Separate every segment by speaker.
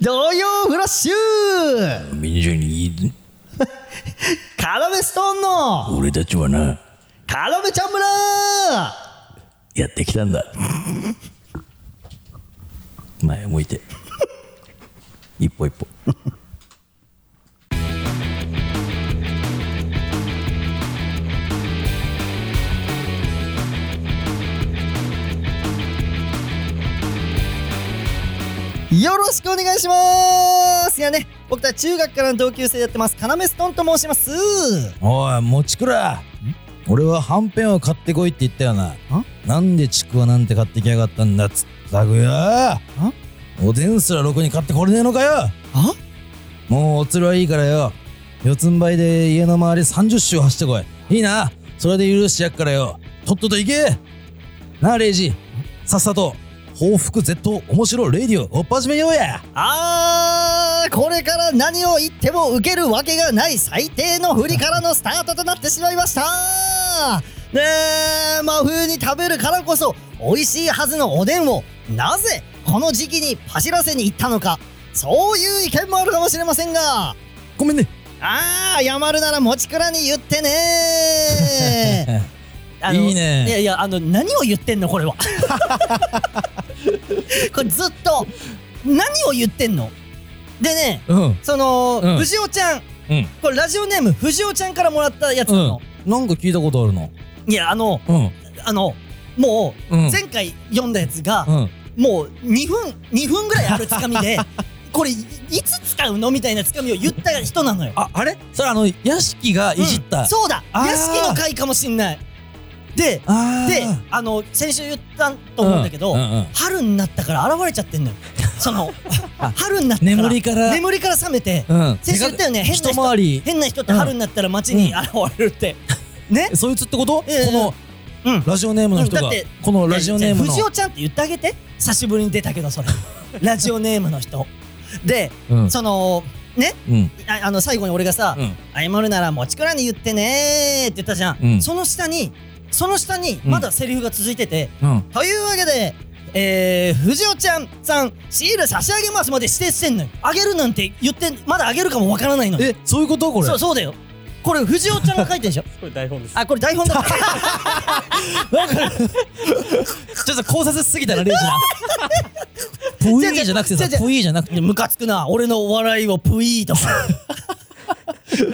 Speaker 1: 土曜フラッシュ
Speaker 2: みんなに
Speaker 1: カラメストーンの
Speaker 2: 俺たちはな
Speaker 1: カラメちゃん村
Speaker 2: やってきたんだ前向いて一歩一歩
Speaker 1: よろしくお願いしますいやね、僕たち中学からの同級生やってます、カラメストーンと申します
Speaker 2: おいもちくら俺ははんぺんを買ってこいって言ったよななんでちくわなんて買ってきやがったんだつったくやおでんすらろくに買ってこれねえのかよ
Speaker 1: あ
Speaker 2: もうおつるはいいからよ四つん這いで家の周り30周走ってこいいいなそれで許してやっからよとっとと行けなあレイジさっさと報復絶倒面白レイディオおっ始めようや
Speaker 1: あーこれから何を言っても受けるわけがない最低の振りからのスタートとなってしまいましたねえ真冬に食べるからこそ美味しいはずのおでんをなぜこの時期に走らせに行ったのかそういう意見もあるかもしれませんが
Speaker 2: ごめんね
Speaker 1: あー謝るなら持ちくらに言ってねあの
Speaker 2: いいね
Speaker 1: いやいやあの何を言ってんのこれはこれずっと何を言ってんのでね
Speaker 2: うん
Speaker 1: その、
Speaker 2: うん
Speaker 1: 藤尾ちゃん
Speaker 2: うん
Speaker 1: これラジオネーム藤尾ちゃんからもらったやつ
Speaker 2: う
Speaker 1: なんの、
Speaker 2: なんか聞いたことあるの
Speaker 1: いやあの
Speaker 2: うん
Speaker 1: あのもう
Speaker 2: うん
Speaker 1: 前回読んだやつが、
Speaker 2: うん
Speaker 1: もう2分2分ぐらいあるつかみ でこれいつ使うのみたいなつかみを言った人なのよ
Speaker 2: ああれそれあの屋敷がいじった、
Speaker 1: うんそうだ
Speaker 2: あー
Speaker 1: 屋敷の回かもしんないで
Speaker 2: あー
Speaker 1: であの先週言ったと思うんだけど、
Speaker 2: うんうんうん
Speaker 1: 春になったから現れちゃ ってんのよその春になったから
Speaker 2: 眠りから
Speaker 1: 眠りから覚めて、
Speaker 2: うん
Speaker 1: 先週言ったよね変な
Speaker 2: 一
Speaker 1: 人
Speaker 2: 回り
Speaker 1: 変な人って春になったら街に現れる って、ね
Speaker 2: えそいつってこと、
Speaker 1: ええ
Speaker 2: この
Speaker 1: うん
Speaker 2: ラジオネームの人
Speaker 1: うんだ
Speaker 2: が
Speaker 1: って
Speaker 2: このラジオネームの
Speaker 1: 藤尾ちゃんって言ってあげて久しぶりに出たけど それラジオネームの人で、
Speaker 2: うん
Speaker 1: そのね
Speaker 2: うん
Speaker 1: ああの最後に俺がさ、
Speaker 2: うん
Speaker 1: 謝るなら持ちくらに言ってねーって言ったじゃん、
Speaker 2: うん
Speaker 1: その下にその下に
Speaker 2: うん
Speaker 1: まだセリフが続いてて、
Speaker 2: うん
Speaker 1: というわけでえー、藤尾ちゃんさんシール差し上げますまで指定してんのよあげるなんて言ってまだあげるかもわからないのよ
Speaker 2: えそういうことこれ
Speaker 1: そうそうだよこれ藤尾ちゃんが書いてんで しょ
Speaker 3: これ台本です。
Speaker 1: あこれ台本だ
Speaker 2: ちょっと考察しすぎたなレイジな プイーじゃなくて
Speaker 1: 違う違
Speaker 2: さ
Speaker 1: う
Speaker 2: プイーじゃなくて
Speaker 1: ムカつくな俺のお笑いをプイー とかで
Speaker 2: ちょ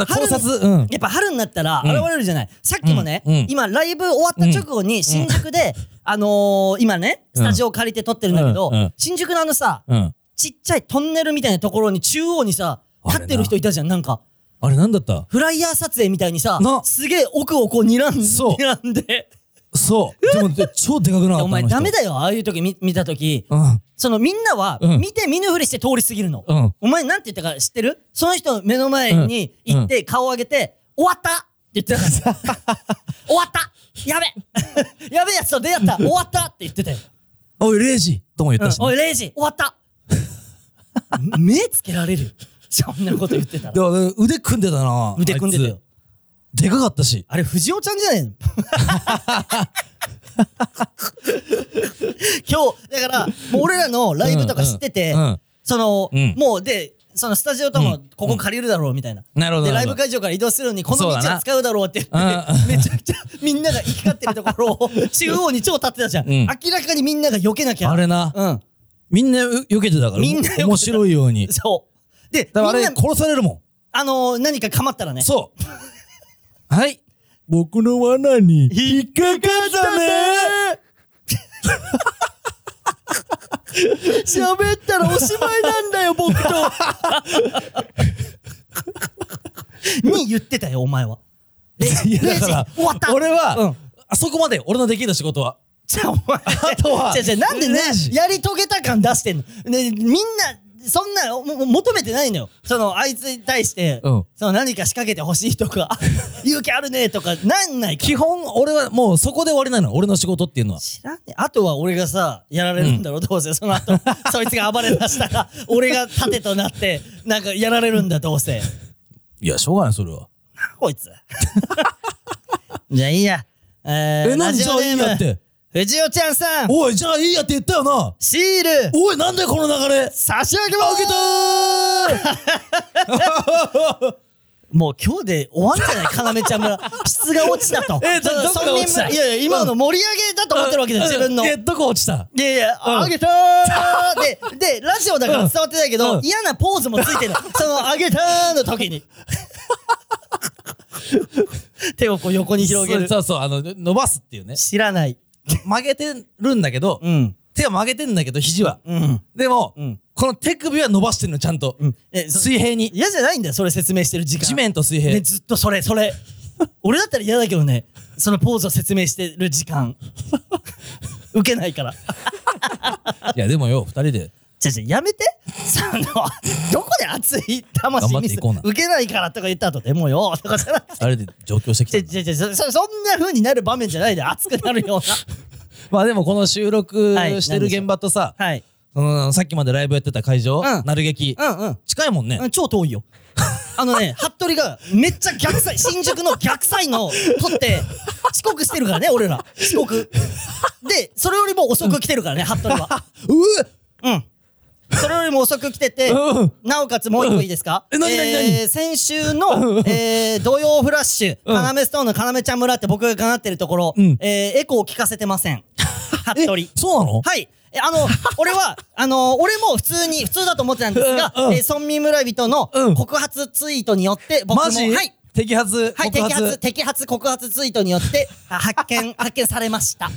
Speaker 2: っと考察
Speaker 1: 春
Speaker 2: うん
Speaker 1: やっぱ春になったら
Speaker 2: うん
Speaker 1: 現れるじゃない、さっきもね、
Speaker 2: うんうん
Speaker 1: 今ライブ終わった直後に新宿で、あのー、今ねスタジオ借りて撮ってるんだけど、
Speaker 2: うんうん
Speaker 1: 新宿のあのさ
Speaker 2: うん
Speaker 1: ちっちゃいトンネルみたいなところに中央にさ
Speaker 2: あれな
Speaker 1: 立ってる人いたじゃんなんか
Speaker 2: あれなんだった
Speaker 1: フライヤー撮影みたいにさ
Speaker 2: な
Speaker 1: すげえ奥をこう睨ん
Speaker 2: そう
Speaker 1: 睨んで
Speaker 2: そうでも で超でかくなかった
Speaker 1: お前ダメ
Speaker 2: だ
Speaker 1: だよああいう時見見た時
Speaker 2: うん
Speaker 1: そのみんなは
Speaker 2: うん
Speaker 1: 見て見ぬふりして通り過ぎるの、
Speaker 2: うん
Speaker 1: お前なんて言ったか知ってるその人の目の前に行って顔を上げて、終わったって言ってたから 終わったやべ やべえやつと出会った終わったって言ってたよ。
Speaker 2: おいレイジとも言っ
Speaker 1: うん
Speaker 2: たしね
Speaker 1: おい、レイジ終わった 目つけられるそんなこと言ってた
Speaker 2: で
Speaker 1: ら。
Speaker 2: も腕組んでたな
Speaker 1: 腕組んでたよ
Speaker 2: あい。つでかかったし
Speaker 1: あれ、藤尾ちゃんじゃないの 今日、だから、もう俺らのライブとか知ってて、
Speaker 2: うんうんうん
Speaker 1: その、
Speaker 2: うん
Speaker 1: もうで、そのスタジオと
Speaker 2: う
Speaker 1: も
Speaker 2: ん
Speaker 1: ここ借りるだろうみたいな。
Speaker 2: なるほど
Speaker 1: で、
Speaker 2: な
Speaker 1: ラ
Speaker 2: る
Speaker 1: イ
Speaker 2: ほ
Speaker 1: ブ
Speaker 2: ど
Speaker 1: 会場から移動するのに、この道
Speaker 2: そうだな
Speaker 1: は使うだろうって言って、
Speaker 2: うん
Speaker 1: めちゃくちゃみんなが行き交ってるところ を中央に超立ってたじゃん。
Speaker 2: うん
Speaker 1: 明らかにみんなが避けなきゃ。
Speaker 2: あれな
Speaker 1: うん。
Speaker 2: みんなよ避けてたから
Speaker 1: みんな避けてた
Speaker 2: 面白いように
Speaker 1: そう。で、
Speaker 2: だからあ
Speaker 1: みん
Speaker 2: れ
Speaker 1: な、
Speaker 2: 殺されるもん
Speaker 1: あのー、何か構ったらね。
Speaker 2: そう。はい。僕の 罠に引っかかったね
Speaker 1: 喋ったらおしまいなんだよ、僕と。 に言ってたよ、お前は。レイジ
Speaker 2: いやだから
Speaker 1: レイジ終わった
Speaker 2: 俺は、
Speaker 1: うん
Speaker 2: あそこまで俺のできる仕事は。
Speaker 1: じゃあ、お前。あ
Speaker 2: とは
Speaker 1: じゃあじゃあなんでね
Speaker 2: レイ、ジ
Speaker 1: やり遂げた感出してんの。ね、みんな、そんな、もも求めてないのよ。その、あいつに対して、
Speaker 2: うん
Speaker 1: その何か仕掛けてほしいとか、 勇気あるねとか、なんないから
Speaker 2: 基本、俺はもうそこで終わりなの。俺の仕事っていうのは。
Speaker 1: 知らんねあとは俺がさ、やられるんだろう、どうせ。その後、そいつが暴れ出したら、俺が盾となって、なんかやられるんだ、どうせ。
Speaker 2: いや、しょうがない、それは。
Speaker 1: こいつ。じゃあいいや。え
Speaker 2: え、なんでじゃあいいやって。
Speaker 1: 藤尾ちゃんさん、
Speaker 2: おい、じゃあいいやって言ったよな。
Speaker 1: シール、
Speaker 2: おい、なんだよ、この流れ。
Speaker 1: 差し上げますもう今日で終わんじゃないかなめちゃん村。質が落ちたと。
Speaker 2: えだ
Speaker 1: ちょっと
Speaker 2: どこが
Speaker 1: 村民
Speaker 2: 落ちた
Speaker 1: 村いやいや、今の盛り上げだと思ってるわけです、自分の。い
Speaker 2: え、どこ落ちた
Speaker 1: やいや、
Speaker 2: ん
Speaker 1: あげたーで、で、ラジオだから伝わってないけ
Speaker 2: う
Speaker 1: ど、
Speaker 2: ん
Speaker 1: 嫌なポーズもつい てる。その、あげたーの時に。手をこう横に広げる。
Speaker 2: そうそうそう、あの、伸ばすっていうね。
Speaker 1: 知らない。
Speaker 2: 曲げてるんだけど、
Speaker 1: うん。
Speaker 2: 手は曲げてんだけど、肘は。
Speaker 1: うん。
Speaker 2: でも、
Speaker 1: うん
Speaker 2: この手首は伸ばしてるの、ちゃんと。
Speaker 1: え、そ
Speaker 2: 水平に。
Speaker 1: 嫌じゃないんだよ、それ説明してる時間。
Speaker 2: 地面と水
Speaker 1: ね、
Speaker 2: 平。
Speaker 1: ずっとそれ、それ。俺だったら嫌だけどね、そのポーズを説明してる時間。 受けないから。
Speaker 2: いや、でもよ、二人で。
Speaker 1: じゃじゃやめて。その、どこで熱い魂
Speaker 2: 頑
Speaker 1: 見
Speaker 2: 張って
Speaker 1: せ
Speaker 2: いこうな
Speaker 1: 受けないからとか言った後でもよ、とかじゃなくて。
Speaker 2: 二人で上京してき
Speaker 1: じ
Speaker 2: た
Speaker 1: ゃ
Speaker 2: んだ。
Speaker 1: じゃじゃそそそんな風になる場面じゃないで熱くなるよう
Speaker 2: まあでも、この収録
Speaker 1: はい
Speaker 2: してる現場とさ、
Speaker 1: な。 はい。
Speaker 2: そのさっきまでライブやってた会場、
Speaker 1: うん
Speaker 2: なる劇、
Speaker 1: うんうん。
Speaker 2: 近いもんね。
Speaker 1: うん超遠いよ。 あのね、服部がめっちゃ逆サイ、新宿の逆サイの取って、遅刻してるからね、俺ら。遅刻。で、それよりも遅く来てるからね、服部は。
Speaker 2: うえ
Speaker 1: うん。それよりも遅く来てて、
Speaker 2: うん
Speaker 1: なおかつもう一個いいですか
Speaker 2: え何何何
Speaker 1: えー先週の、えー、土曜フラッシュ、
Speaker 2: うん
Speaker 1: カナメストーンのカナメちゃん村って僕がなってるところ、
Speaker 2: うん
Speaker 1: えーエコーを聞かせてませ ん。服部。
Speaker 2: そうなの
Speaker 1: はい。え、あの、 俺は、あの、俺も普通に、普通だと思ってたんですが、
Speaker 2: うんうん
Speaker 1: えー村民村人の
Speaker 2: うん
Speaker 1: 告発ツイートによって、僕も、
Speaker 2: マジ、
Speaker 1: はい。
Speaker 2: 摘発、
Speaker 1: はい、
Speaker 2: 告
Speaker 1: 摘
Speaker 2: 発。
Speaker 1: 発、摘発、告発ツイートによって、 あ発見、発見されました。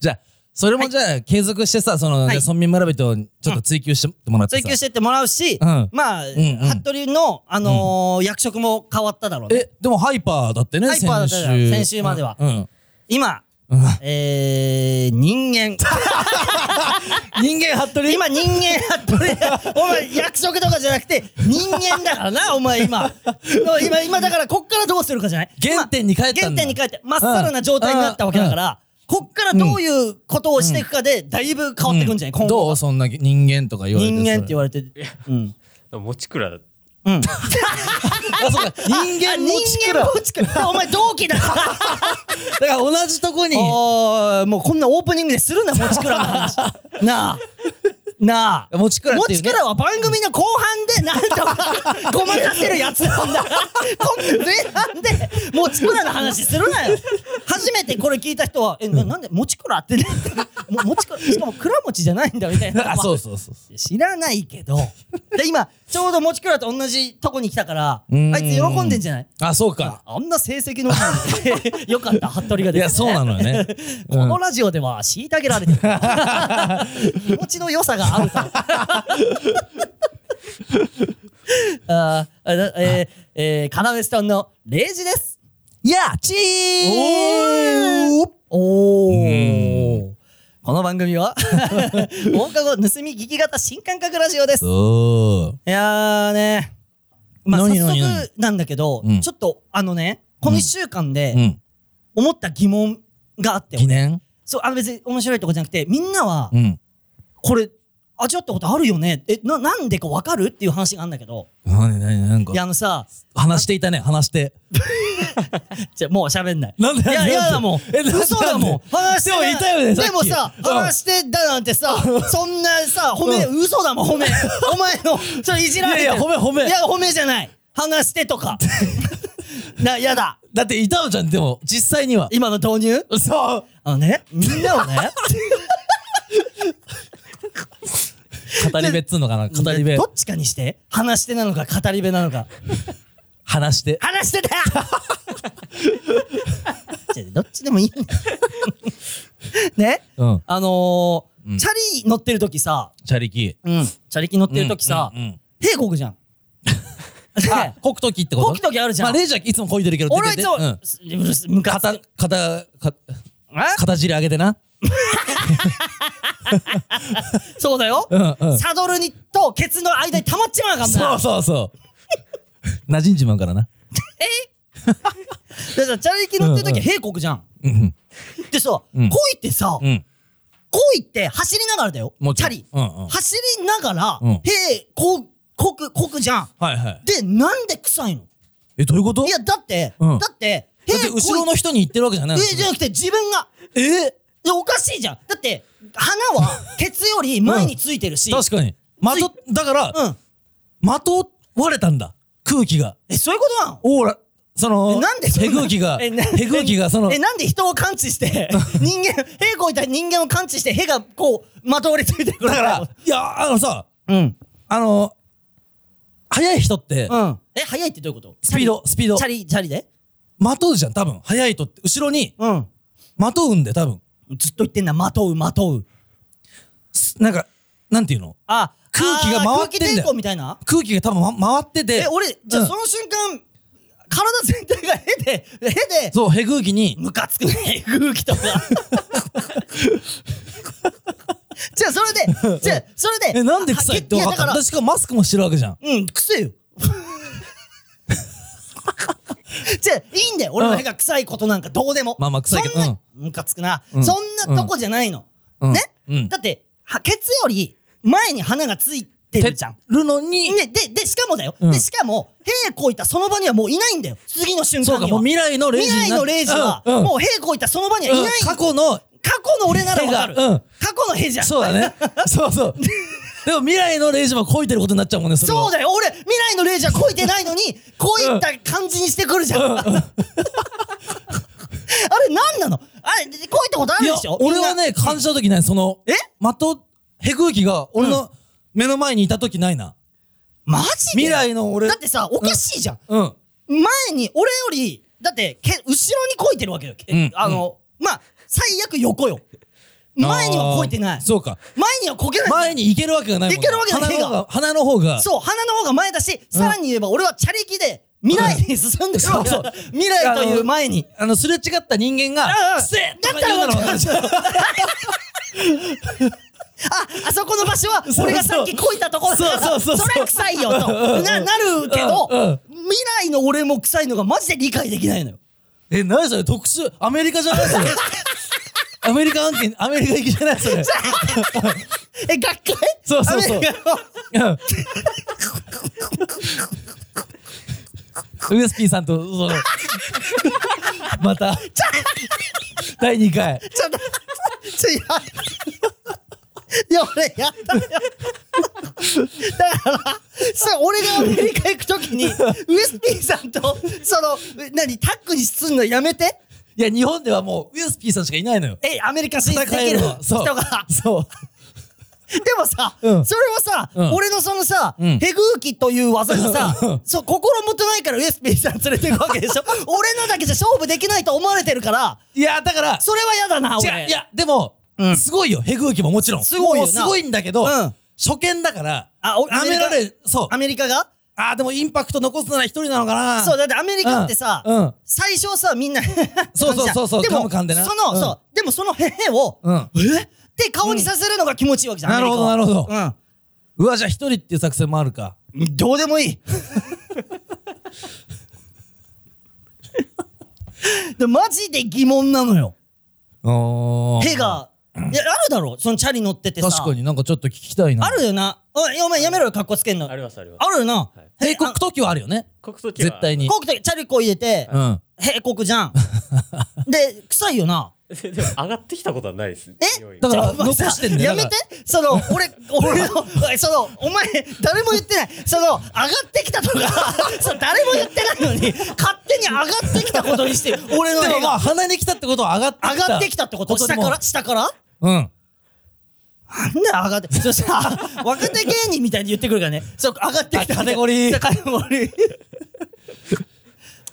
Speaker 2: じゃあ、それもじゃあ、継続してさ、そ
Speaker 1: は
Speaker 2: の、
Speaker 1: い
Speaker 2: じゃあ村民村人をちょっと追求してもらってさ。
Speaker 1: 追求してってもらうし、
Speaker 2: うん
Speaker 1: まあ、
Speaker 2: んうん
Speaker 1: 服部の、あのー役職も変わっただろうね。
Speaker 2: え、でもハイパーだってね、
Speaker 1: ハイパーだった
Speaker 2: 先
Speaker 1: よ
Speaker 2: 週。
Speaker 1: 先週までは
Speaker 2: うん。
Speaker 1: 今、
Speaker 2: うん
Speaker 1: えー、人間。
Speaker 2: 人間服部
Speaker 1: 今人間服部、お前役職とかじゃなくて、人間だから な、お前今。今、今だから、こっからどうするかじゃない
Speaker 2: 原点に帰ったんだ。
Speaker 1: 原点に帰ってまっさらな状態になったわけだから、こっからどういうことをしていくかで、だいぶ変わってくんじゃない、今後
Speaker 2: どうそんな人間とか言われて
Speaker 1: 人間って言
Speaker 2: わ
Speaker 1: われて。うん。
Speaker 3: 持ちくら
Speaker 1: うん。
Speaker 2: れて。あ、そ うか。人間も
Speaker 1: 人間
Speaker 2: 力。
Speaker 1: 持ちくら。お前同 期だから。
Speaker 2: だから同じとこに。
Speaker 1: おーもうこんなオープニングでするな、持ちくらの話。なあ。なあ。
Speaker 2: 持ちくらっ
Speaker 1: も
Speaker 2: ていう
Speaker 1: ちく
Speaker 2: ね。
Speaker 1: らは番組の後半でなんとかごまかせるやつなんだ。こんな前半でもちくらの話するなよ。初めてこれ聞いた人は、え、ななんでもちくらってね。ももちくら、しかも蔵餅じゃないんだみたい な。
Speaker 2: あ、そうそうそう。
Speaker 1: 知らないけど。で、今、ちょうどもちくらと同じとこに来たから、
Speaker 2: うーん
Speaker 1: あいつ喜んでんじゃない
Speaker 2: あ、そう
Speaker 1: あ
Speaker 2: か。
Speaker 1: あんな成績のいい よかった、服部が
Speaker 2: い
Speaker 1: で
Speaker 2: や、
Speaker 1: きて
Speaker 2: そうなのよね。
Speaker 1: このラジオでは虐げられ てる。気持ちの良さがあると。あーあだえーえー、カナメストーンのレイジです。いや、チーおーおーこの番組は放課後盗み聞き型新感覚ラジオ です。
Speaker 2: そう。
Speaker 1: いやーね。まあ、
Speaker 2: 何
Speaker 1: 早
Speaker 2: 何何
Speaker 1: 速なんだけど、
Speaker 2: うん
Speaker 1: ちょっとあのね、この一週間
Speaker 2: う
Speaker 1: で
Speaker 2: ん。
Speaker 1: 思った疑問があって、
Speaker 2: 記念
Speaker 1: そう、あの別に面白いとかじゃなくて、みんなは
Speaker 2: う、ん。
Speaker 1: これ、味わったことあるよねえ、な、なんでかわかるっていう話があるんだけど。
Speaker 2: なになになんか
Speaker 1: いや、あ。のさ、
Speaker 2: 話していたね、話して。
Speaker 1: じゃ、もう喋んない。
Speaker 2: なんで
Speaker 1: い
Speaker 2: な
Speaker 1: や、
Speaker 2: んで
Speaker 1: いやだもん。
Speaker 2: えなんで
Speaker 1: 嘘だもん。話してな
Speaker 2: でもいたよねさっき
Speaker 1: でもさ、
Speaker 2: うん
Speaker 1: 話してだなんてさ、そんなさ、褒め、嘘だもん、褒 め。お前の、ちょ、いじられてる
Speaker 2: いやいや褒め褒め
Speaker 1: いや、褒めじゃない。話してと か。な、やだ。
Speaker 2: だっていたのじゃん、でも、実際には。
Speaker 1: 今の導入
Speaker 2: そう。
Speaker 1: あのね、みんなをね、
Speaker 2: 語り部っつうのかな、 語り部
Speaker 1: ど。っちかにして、話してなのか、語り部なのか。
Speaker 2: 話して。
Speaker 1: 話して た違うどっちでもいいんだよ ね、
Speaker 2: うん。
Speaker 1: あのー
Speaker 2: うん
Speaker 1: チャリ乗ってる時さ、
Speaker 2: チャリ
Speaker 1: チ
Speaker 2: キ
Speaker 1: ャリ機乗ってる時さ、
Speaker 2: うんうんうん
Speaker 1: 屁こく じゃん。
Speaker 2: あ
Speaker 1: ね、
Speaker 2: こくときってこと
Speaker 1: こく時あるじゃん
Speaker 2: まあ、レイジはいつもこいでるけど、
Speaker 1: 俺はいつも、
Speaker 2: うん
Speaker 1: うるせむかつ
Speaker 2: 肩、肩、か
Speaker 1: え
Speaker 2: 肩尻上げてな。
Speaker 1: そうだよ、
Speaker 2: うんうん
Speaker 1: サドルにとケツの間に溜まっちまうからな。
Speaker 2: そうそうそう。 馴染んじまうからな。
Speaker 1: でさ、チャリ機乗ってる
Speaker 2: うん
Speaker 1: 時
Speaker 2: うん
Speaker 1: 屁こくじゃん。
Speaker 2: うん
Speaker 1: でさ、
Speaker 2: うん
Speaker 1: こいってさ、
Speaker 2: うん。うん。
Speaker 1: こいって走りながらだよ。チ
Speaker 2: もち
Speaker 1: ャ
Speaker 2: ろん
Speaker 1: リ。
Speaker 2: うんうん
Speaker 1: 走りながら、
Speaker 2: うん
Speaker 1: 屁こ、こく、こくじゃん。
Speaker 2: はいはい。
Speaker 1: で、なんで臭いの
Speaker 2: え、どういうこと
Speaker 1: いや、だって、
Speaker 2: うん
Speaker 1: だって、
Speaker 2: だって後ろの人に言ってるわけじゃない
Speaker 1: え、じゃなくて自分が、
Speaker 2: え
Speaker 1: やおかしいじゃんだって花 はケツより前についてるし、
Speaker 2: 確かに。まと、だから、
Speaker 1: うん
Speaker 2: まとわれたんだ。空気が。
Speaker 1: えそういうことなの
Speaker 2: オーラ、そ
Speaker 1: え
Speaker 2: の、
Speaker 1: なんでそん
Speaker 2: へ
Speaker 1: な
Speaker 2: ぐきが、
Speaker 1: えな
Speaker 2: へぐきが、その
Speaker 1: え、、なんで人を感知して、 人間、屁こいた人間を感知して、屁がこう、まとわりついてくる
Speaker 2: だから、いや、あのさ、
Speaker 1: うん。
Speaker 2: あの、速い人って、
Speaker 1: うん。え、速いってどういうこと
Speaker 2: スピード、スピード
Speaker 1: チャ。リ、チャリで
Speaker 2: まとうじゃん、多分。速い人って、後ろに、
Speaker 1: うん。
Speaker 2: まとうんで、多分。
Speaker 1: ずっと言ってんな、まとう、まとう。
Speaker 2: すなんか、なんていうの
Speaker 1: あ、
Speaker 2: 空気が回ってんだ
Speaker 1: あ
Speaker 2: よ
Speaker 1: ー空気抵抗みたいな
Speaker 2: 空気が多分、ま、回ってて
Speaker 1: え、、俺、じゃ
Speaker 2: う
Speaker 1: あ
Speaker 2: ん
Speaker 1: その瞬間、体全体が屁で、屁で、
Speaker 2: そう、へぐきに、
Speaker 1: ムカつくね、空気と か。じゃあそれで、じゃあそれで。
Speaker 2: え、なんで臭いって分か
Speaker 1: や
Speaker 2: っ
Speaker 1: だ
Speaker 2: た
Speaker 1: から、
Speaker 2: 私がマスクもしてるわけじゃん。
Speaker 1: うん、臭いよ。 じゃあ、いいんだよ。俺の部が臭いことなんかどうでも。
Speaker 2: まあまあ臭いけど
Speaker 1: そんな、ムカつくな。
Speaker 2: うん
Speaker 1: そんなとこじゃないの。
Speaker 2: うん
Speaker 1: ね、
Speaker 2: うん
Speaker 1: だって、はケツより前に花がついてるじゃん。
Speaker 2: るのに、
Speaker 1: ね、で、で、しかもだよ。
Speaker 2: うん
Speaker 1: で、しかも、兵こいたその場にはもういないんだよ。次の瞬
Speaker 2: そ
Speaker 1: 間に
Speaker 2: う
Speaker 1: は。
Speaker 2: か、もう未来のレジ
Speaker 1: 未来のレイジは、もう
Speaker 2: う
Speaker 1: 兵こいたその場には
Speaker 2: ん
Speaker 1: い
Speaker 2: うん
Speaker 1: ない。
Speaker 2: 過去の、
Speaker 1: 過去の俺ならわかる。
Speaker 2: 兵がうん
Speaker 1: 過去の兵じゃん。
Speaker 2: そうだ ね。そうそう。でも未来のレイジはこいてることになっちゃうもんね、それは
Speaker 1: そうだよ俺未来の霊じゃこいてないのにこういった感じにしてくるじゃん、 あれ何なのあれこいたことある
Speaker 2: い
Speaker 1: で
Speaker 2: や
Speaker 1: しょ、
Speaker 2: 俺はね、感じた時ない、その、
Speaker 1: え
Speaker 2: まと、へくうきが、俺の目の前にいた時ないな。
Speaker 1: みんなマジで
Speaker 2: 未来の俺
Speaker 1: だってさおかしいじゃん、
Speaker 2: うん。
Speaker 1: 前に俺よりだってけ後ろにこいてるわけよ、け
Speaker 2: うん
Speaker 1: あの、まあ最悪横よ前にはこいてな
Speaker 2: あ
Speaker 1: い
Speaker 2: ーそうか。
Speaker 1: 前にはこけない
Speaker 2: 前に行けるわけがないもん
Speaker 1: 行けるわけない
Speaker 2: 鼻の方が、鼻の方が。
Speaker 1: そう鼻の方が前だし、さらに言えば俺はチャリキで未来に進んでるわけよ
Speaker 2: うんそうそう
Speaker 1: 未来という前に
Speaker 2: あの、すれ違った人間
Speaker 1: うんう
Speaker 2: が、
Speaker 1: ん
Speaker 2: くせえと
Speaker 1: だ
Speaker 2: か
Speaker 1: った
Speaker 2: 言
Speaker 1: ら
Speaker 2: うなら
Speaker 1: 分
Speaker 2: わ
Speaker 1: か
Speaker 2: か
Speaker 1: る
Speaker 2: る
Speaker 1: じ
Speaker 2: じ
Speaker 1: ゃん
Speaker 2: ゃん。
Speaker 1: あ、あそこの場所は俺がさっきこいたところだから、
Speaker 2: そうそうそうそう
Speaker 1: それは臭いよと、な、なるけど、
Speaker 2: うんうん
Speaker 1: 未来の俺も臭いのがマジで理解できない のよ。
Speaker 2: え、何それ特殊、アメリカじゃないそ れ。アメリカ案件、アメリカ行きじゃないそれ。
Speaker 1: え、学会
Speaker 2: そうそうそう
Speaker 1: アメリカの
Speaker 2: うんウエスピーさんと、その、また、第2回。
Speaker 1: ちょっと、ちょ、いや、いや、俺、やったよ。だから、それ俺がアメリカ行くときに、ウエスピーさんと、その、何、タッグにすんのやめて。
Speaker 2: いや、日本ではもう、ウエスピーさんしかいないのよ。
Speaker 1: え、アメリカ進出できる
Speaker 2: のは
Speaker 1: 人
Speaker 2: そう。
Speaker 1: が。
Speaker 2: そう。
Speaker 1: でもさ、
Speaker 2: うん
Speaker 1: それはさ、
Speaker 2: うん
Speaker 1: 俺のそのさ、
Speaker 2: うん
Speaker 1: ヘグーキという技にさ、
Speaker 2: うん
Speaker 1: そう、心もとないからウエスピーさん連れていくわけで しょ俺のだけじゃ勝負できないと思われてるから、
Speaker 2: いや、だから、
Speaker 1: それは嫌だな、俺。
Speaker 2: 違う、いや、でも、
Speaker 1: うん
Speaker 2: すごいよ、ヘグウキももちろん。
Speaker 1: すごいよな
Speaker 2: もうすごいんだけど、
Speaker 1: うん
Speaker 2: 初見だから、
Speaker 1: あお
Speaker 2: 舐められ、そう。
Speaker 1: アメリカが
Speaker 2: あー、でもインパクト残すなら一人なのかな。
Speaker 1: そう、だってアメリカってさ、
Speaker 2: うんうん、
Speaker 1: 最初さ、みんな
Speaker 2: そうそうそうそう
Speaker 1: でも、
Speaker 2: 噛む噛んでな
Speaker 1: その、
Speaker 2: うん
Speaker 1: そう、でもそのへへを、
Speaker 2: うん
Speaker 1: えって顔にさせるのが気持ちいいわけじゃん。
Speaker 2: うん
Speaker 1: アメリカは
Speaker 2: なるほどな
Speaker 1: うん。
Speaker 2: うわ、じゃあ一人っていう作戦もあるか。
Speaker 1: どうでもいい。 でマジで疑問なのよ。
Speaker 2: おー
Speaker 1: 手。が。いや、あるだろそのチャリ乗っててさ。
Speaker 2: 確かになんかちょっと聞きたいな。
Speaker 1: あるよな。おい、お前やめろよ、格好つけんの。
Speaker 3: あ
Speaker 1: ある
Speaker 3: りますあります。
Speaker 1: よな。
Speaker 2: 帝国特許はあるよね。
Speaker 3: 国土地は
Speaker 2: 絶対に。
Speaker 1: こう来て、チャリこう入れて、
Speaker 2: うん。
Speaker 1: 閉国じゃん。で、臭いよな。
Speaker 3: ででも上がってきたことはないです。匂
Speaker 1: え
Speaker 3: い
Speaker 2: だ
Speaker 3: が
Speaker 2: から
Speaker 1: じゃあお前さ
Speaker 2: 残してんだよ
Speaker 1: やめてその、俺、 俺の、おいその、お前、誰も言ってない。その、上がってきたとか、 その誰も言ってないのに、勝手に上がってきたことにして、俺の
Speaker 2: で
Speaker 1: 手
Speaker 2: も
Speaker 1: が
Speaker 2: まあ、鼻に来たってことは上がってき
Speaker 1: 上
Speaker 2: た。
Speaker 1: がってきたってこと
Speaker 2: で
Speaker 1: 下
Speaker 2: も
Speaker 1: から下から
Speaker 2: うん。
Speaker 1: なんだよ上がって、そしたら、若手芸人みたいに言ってくるからね。そう、上がってきた。
Speaker 2: あカテゴリー
Speaker 1: カテゴリー。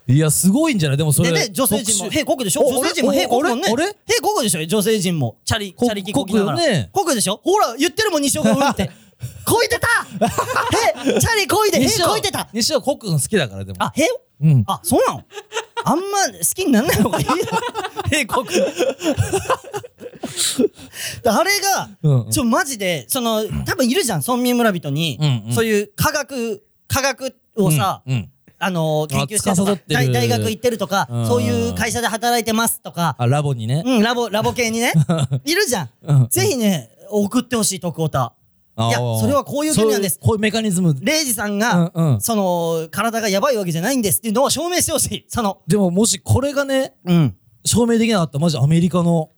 Speaker 2: いや、すごいんじゃないでもそれ。
Speaker 1: で、で、女性陣も、
Speaker 2: 特殊
Speaker 1: へ、こくでしょ
Speaker 2: お
Speaker 1: 女性陣も、
Speaker 2: 俺
Speaker 1: へ、こくもんね。
Speaker 2: 俺俺
Speaker 1: へ、こくでしょ女性陣も。チャリ、チ
Speaker 2: こ
Speaker 1: ャリキこきながら
Speaker 2: こくね。
Speaker 1: こくでしょほら、言ってるもん、西岡うん って。こいてたへ、チャリこいで、へ、
Speaker 2: 西尾
Speaker 1: こいてた
Speaker 2: 西尾コックン好きだから、でも。
Speaker 1: あ、へ
Speaker 2: うん。
Speaker 1: あ、そうなのあんま好きになんない方 がいいよ。へ、こく。あれが、
Speaker 2: うんうん
Speaker 1: ちょ、マジで、その、多分いるじゃん、村民村人に、
Speaker 2: うんうん
Speaker 1: そういう科学、科学をさ、
Speaker 2: うんうん
Speaker 1: あの研究してると
Speaker 2: あ司
Speaker 1: か
Speaker 2: ってる
Speaker 1: 大大学行ってるとか、
Speaker 2: うん
Speaker 1: そういう会社で働いてますとか、
Speaker 2: あ、ラボにね。
Speaker 1: うん、ラボ、ラボ系に ね、いるじゃ
Speaker 2: うん
Speaker 1: ん。ぜひね、送ってほしい、徳オタ。いや、
Speaker 2: あー
Speaker 1: それはこういう原理なんです
Speaker 2: そう。こういうメカニズム。
Speaker 1: レイジさんが、
Speaker 2: うんうん
Speaker 1: その、体がやばいわけじゃないんですっていうのを証明してほしい。その、
Speaker 2: でももしこれがね、
Speaker 1: うん。
Speaker 2: 証明できなかったらマジアメリカの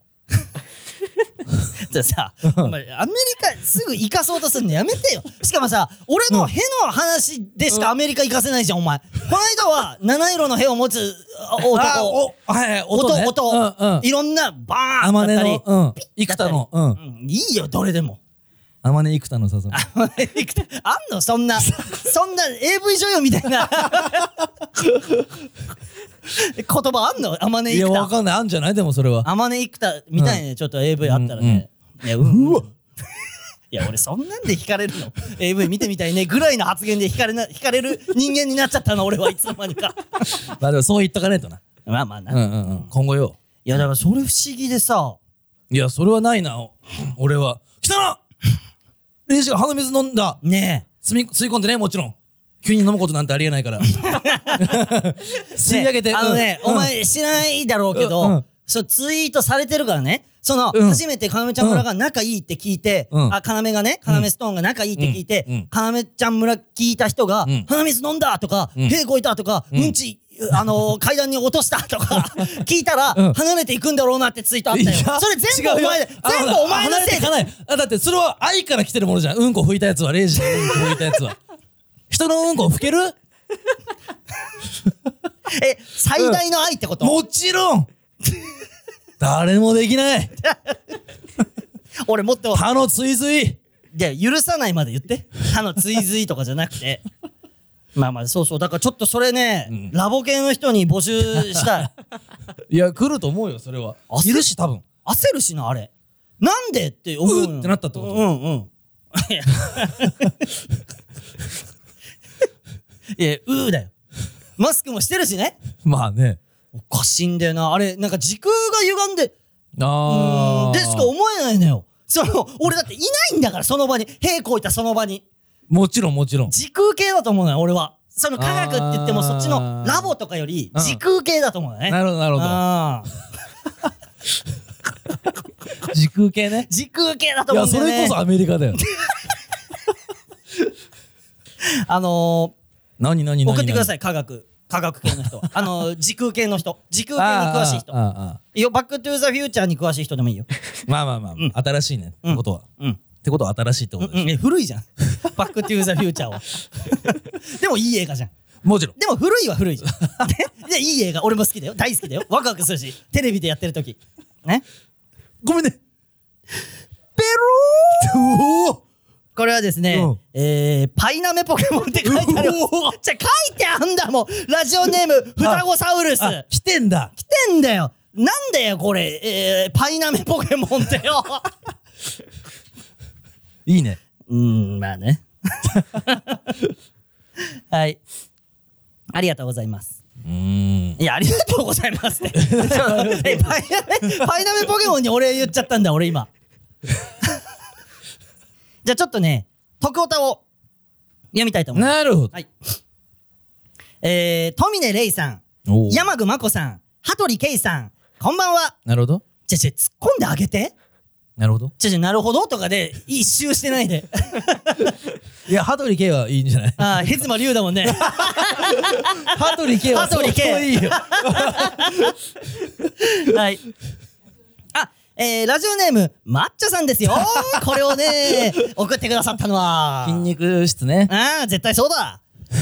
Speaker 1: とさ、お前、アメリカすぐ行かそうとするのやめてよ。しかもさ、俺のへの話でしかアメリカ行かせないじゃん、お前。この間は、七色のへを持つあ
Speaker 2: あ
Speaker 1: 男。
Speaker 2: お、はいはい、音、
Speaker 1: 音、
Speaker 2: ね。
Speaker 1: 音、
Speaker 2: うんうん。
Speaker 1: いろんな、バーン
Speaker 2: 天
Speaker 1: だ
Speaker 2: 音
Speaker 1: ったり
Speaker 2: の、、うん。幾多の、う。
Speaker 1: うんんいいよ、どれでも。
Speaker 2: 天音幾多のささ。
Speaker 1: あんのそんな、そんな AV 女優みたいな。言葉あんの天音
Speaker 2: い
Speaker 1: 生
Speaker 2: や、
Speaker 1: 田
Speaker 2: わ。かんない。あんじゃないでもそれは。
Speaker 1: アマネイクタみたいなね、ちょっと AV あったらね。いや、うん。いや、俺そんなんで惹かれるの。AV 見てみたいね。ぐらいの発言で惹かれな、惹かれる人間になっちゃったの、俺はいつの間にか。
Speaker 2: まあでもそう言っとかねえとな。
Speaker 1: まあまあな。
Speaker 2: うん
Speaker 1: い
Speaker 2: うんうん。今後よ。
Speaker 1: や、だからそれ不思議でさ、
Speaker 2: いや、それはないな。お俺は。来た なレイジが鼻水飲んだ。
Speaker 1: ね
Speaker 2: 吸み吸い込んでね、もちろん。急に飲むことなんてありえな いか
Speaker 1: え。
Speaker 2: ら。吸い上げて。
Speaker 1: ねあのね、
Speaker 2: う
Speaker 1: お
Speaker 2: ん
Speaker 1: 前知らないだろうけど、
Speaker 2: うんうん
Speaker 1: そう、ツイートされてるからね。その、
Speaker 2: うん
Speaker 1: 初めてかなめちゃん村が仲いいって聞いて、
Speaker 2: うん
Speaker 1: あ、かなめがね、かなめストーンが仲いいって聞いて、
Speaker 2: うんうん
Speaker 1: かなめちゃん村聞いた人が、
Speaker 2: うん
Speaker 1: 鼻水飲んだとか、
Speaker 2: ん
Speaker 1: 屁こいたとか、うん、ち、あのー階段に落としたと か、聞いたら、
Speaker 2: うん
Speaker 1: 離れていくんだろうなってツイートあったよ。それ全部お前で、全部お前のせい
Speaker 2: じ
Speaker 1: だ
Speaker 2: ゃない。あ、だってそれは愛から来てるものじゃん。うんこ拭いたやつは、レイジのうんこ拭いたやつは。人のうんこ拭ける
Speaker 1: え、最大の愛ってこと、
Speaker 2: もちろん誰もできない
Speaker 1: 俺もっと、
Speaker 2: 他の追随
Speaker 1: で許さないまで言って歯の追随とかじゃなくて まあまあそうそうだからちょっとそれね、ラボ系の人に募集した い
Speaker 2: いや、来ると思うよ、それは。
Speaker 1: 焦
Speaker 2: いるし、多分。
Speaker 1: 焦るしなあれなんでって思うよ
Speaker 2: うーってなったってこと
Speaker 1: うんうんいや いやうーだよマスクもしてるしね
Speaker 2: まあね。
Speaker 1: おかしいんだよなあれなんか時空が歪んで
Speaker 2: あ
Speaker 1: うーん
Speaker 2: ー。
Speaker 1: でしか思えないのよその俺だっていないんだからその場に平行いたその場に
Speaker 2: もちろん、もちろん。
Speaker 1: 時空系だと思うのよ俺はその科学って言っても
Speaker 2: あー
Speaker 1: そっちのラボとかより
Speaker 2: うん
Speaker 1: 時空系だと思うのね、
Speaker 2: なるほど、なるほど。
Speaker 1: あー
Speaker 2: 時空系ね。
Speaker 1: 時空系だと
Speaker 2: い
Speaker 1: 思うん
Speaker 2: や、
Speaker 1: だ
Speaker 2: そ
Speaker 1: よね
Speaker 2: れこそアメリカだよ。
Speaker 1: あの
Speaker 2: 何何
Speaker 1: ー、
Speaker 2: 何
Speaker 1: 送ってくださ
Speaker 2: い。
Speaker 1: い科学科学系の 人あのー、時空系の人時空系に詳
Speaker 2: あ
Speaker 1: しい
Speaker 2: ーあー
Speaker 1: 人
Speaker 2: あーあ
Speaker 1: いやバックトゥーザフューチャーに詳しい人でもいいよ
Speaker 2: ーまあまあまあ、新しいね。ってことは。
Speaker 1: うん
Speaker 2: ってことは新しいってこと
Speaker 1: うん
Speaker 2: で
Speaker 1: え古いじゃんバックトゥーザフューチャーは でもいい映画じゃん
Speaker 2: す。もちろん。
Speaker 1: でも古いは古いじゃんいやいい映画俺も好きだよ大好きだよワクワクするしテレビでやってる時ね
Speaker 2: ごめんね。
Speaker 1: ペロー
Speaker 2: おお
Speaker 1: これはですね、
Speaker 2: うん
Speaker 1: えー、パイナメポケモンって書いてある。じゃ、書いてあんだもんラジオネー ム、双子サウルス
Speaker 2: あ、来てんだ。
Speaker 1: 来てんだよなんだよ、これ、えー、パイナメポケモンってよ
Speaker 2: いいね。
Speaker 1: うーん、まあね。 はい。ありがとうございます。
Speaker 2: うーん。
Speaker 1: いや、ありがとうございますって。 ちょえパイナメ、パイナメポケモンに俺言っちゃったんだ、俺今。 じゃあちょっとね、徳オタを読みたいと思います。
Speaker 2: なるほど
Speaker 1: はい。えー、富根玲さん、
Speaker 2: おー
Speaker 1: 山具真子さん、羽鳥圭さん、こんばんは。
Speaker 2: なるほど。
Speaker 1: ちょちょ、突っ込んであげて。
Speaker 2: なるほど。
Speaker 1: ちょちょ、なるほどとかで、一周してないで。
Speaker 2: いや、羽鳥圭はいいんじゃない
Speaker 1: ああ、ヘズマ龍だもんね。
Speaker 2: 羽鳥圭は
Speaker 1: 羽鳥圭
Speaker 2: 相当 いいよ。
Speaker 1: はい。あ、えー、ラジオネーム、マッチョさんです よ。これをね、送ってくださったのは。
Speaker 2: 筋肉質ね。
Speaker 1: ああ、絶対そうだ。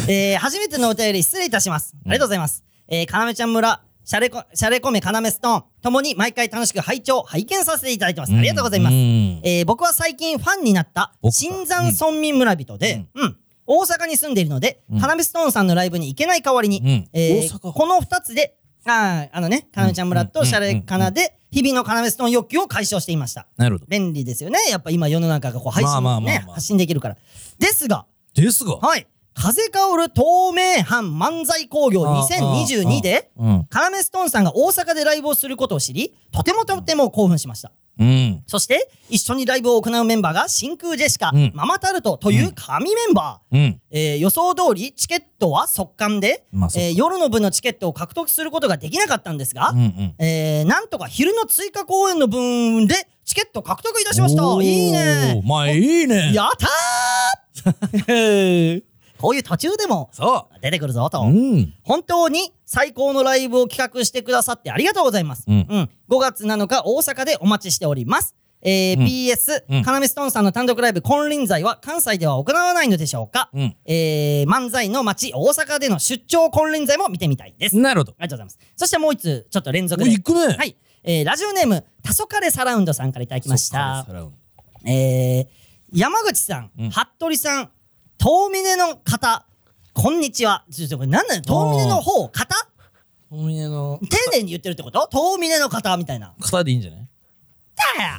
Speaker 1: えー、初めてのお便り失礼いたします。ありがとうございます。えー、かなめちゃん村、シャレコ、シャレコメかなめストーン、ともに毎回楽しく拝聴、拝見させていただいてます。ありがとうございます。
Speaker 2: うん
Speaker 1: えー、僕は最近ファンになった
Speaker 2: 僕、か
Speaker 1: 新山村民村人で、うん、大阪に住んでいるので、かなめストーンさんのライブに行けない代わりに、
Speaker 2: うん
Speaker 1: えー
Speaker 2: 大阪
Speaker 1: この二つで、ああ、あのね、かなめちゃん村とシャレかなで、日々のかなめストーン欲求を解消していました。
Speaker 2: なるほど。
Speaker 1: 便利ですよね。やっぱ今世の中がこう配信、ね
Speaker 2: まあまあまあまあ
Speaker 1: 発信できるから。ですが、
Speaker 2: ですが。
Speaker 1: はい。風薫る透明版漫才工業2022で、
Speaker 2: うん。
Speaker 1: カラメストーンさんが大阪でライブをすることを知り、とてもとても興奮しました。
Speaker 2: うん。
Speaker 1: そして、一緒にライブを行うメンバーが、真空ジェシカ、
Speaker 2: うん
Speaker 1: ママタルトという神メンバー。
Speaker 2: うん。
Speaker 1: えー予想通り、チケットは速完で、
Speaker 2: まあそうか
Speaker 1: えー夜の分のチケットを獲得することができなかったんですが
Speaker 2: う、んうん。
Speaker 1: えーなんとか昼の追加公演の分で、チケット獲得いたしましたいいね
Speaker 2: おー。まあいいね。
Speaker 1: やったーこういう途中でも
Speaker 2: そ
Speaker 1: 出てくるぞと
Speaker 2: う。う。ん。
Speaker 1: 本当に最高のライブを企画してくださってありがとうございます。
Speaker 2: うん
Speaker 1: 5月7日大阪でお待ちしております。えー
Speaker 2: うん
Speaker 1: PS、
Speaker 2: うん
Speaker 1: カナメストーンさんの単独ライブ、金輪際は関西では行わないのでしょうか、
Speaker 2: うん。
Speaker 1: えー漫才の街、大阪での出張金輪際も見てみたいです。
Speaker 2: なるほど。
Speaker 1: ありがとうございます。そしてもう一つ、ちょっと連続
Speaker 2: お
Speaker 1: で。
Speaker 2: いくね。
Speaker 1: はい。えーラジオネーム、黄昏サラウンドさんからいただきまし
Speaker 2: そっか
Speaker 1: た
Speaker 2: サ。ラウン
Speaker 1: えー山口さん、
Speaker 2: うん
Speaker 1: 服部さん、遠峰の方、こんにちは。ちょっとこれ何なの遠峰の方、方
Speaker 2: ドお峰の
Speaker 1: 丁寧に言ってるって こと遠峰の方みたいな。
Speaker 2: 方でいいんじゃない
Speaker 1: だよ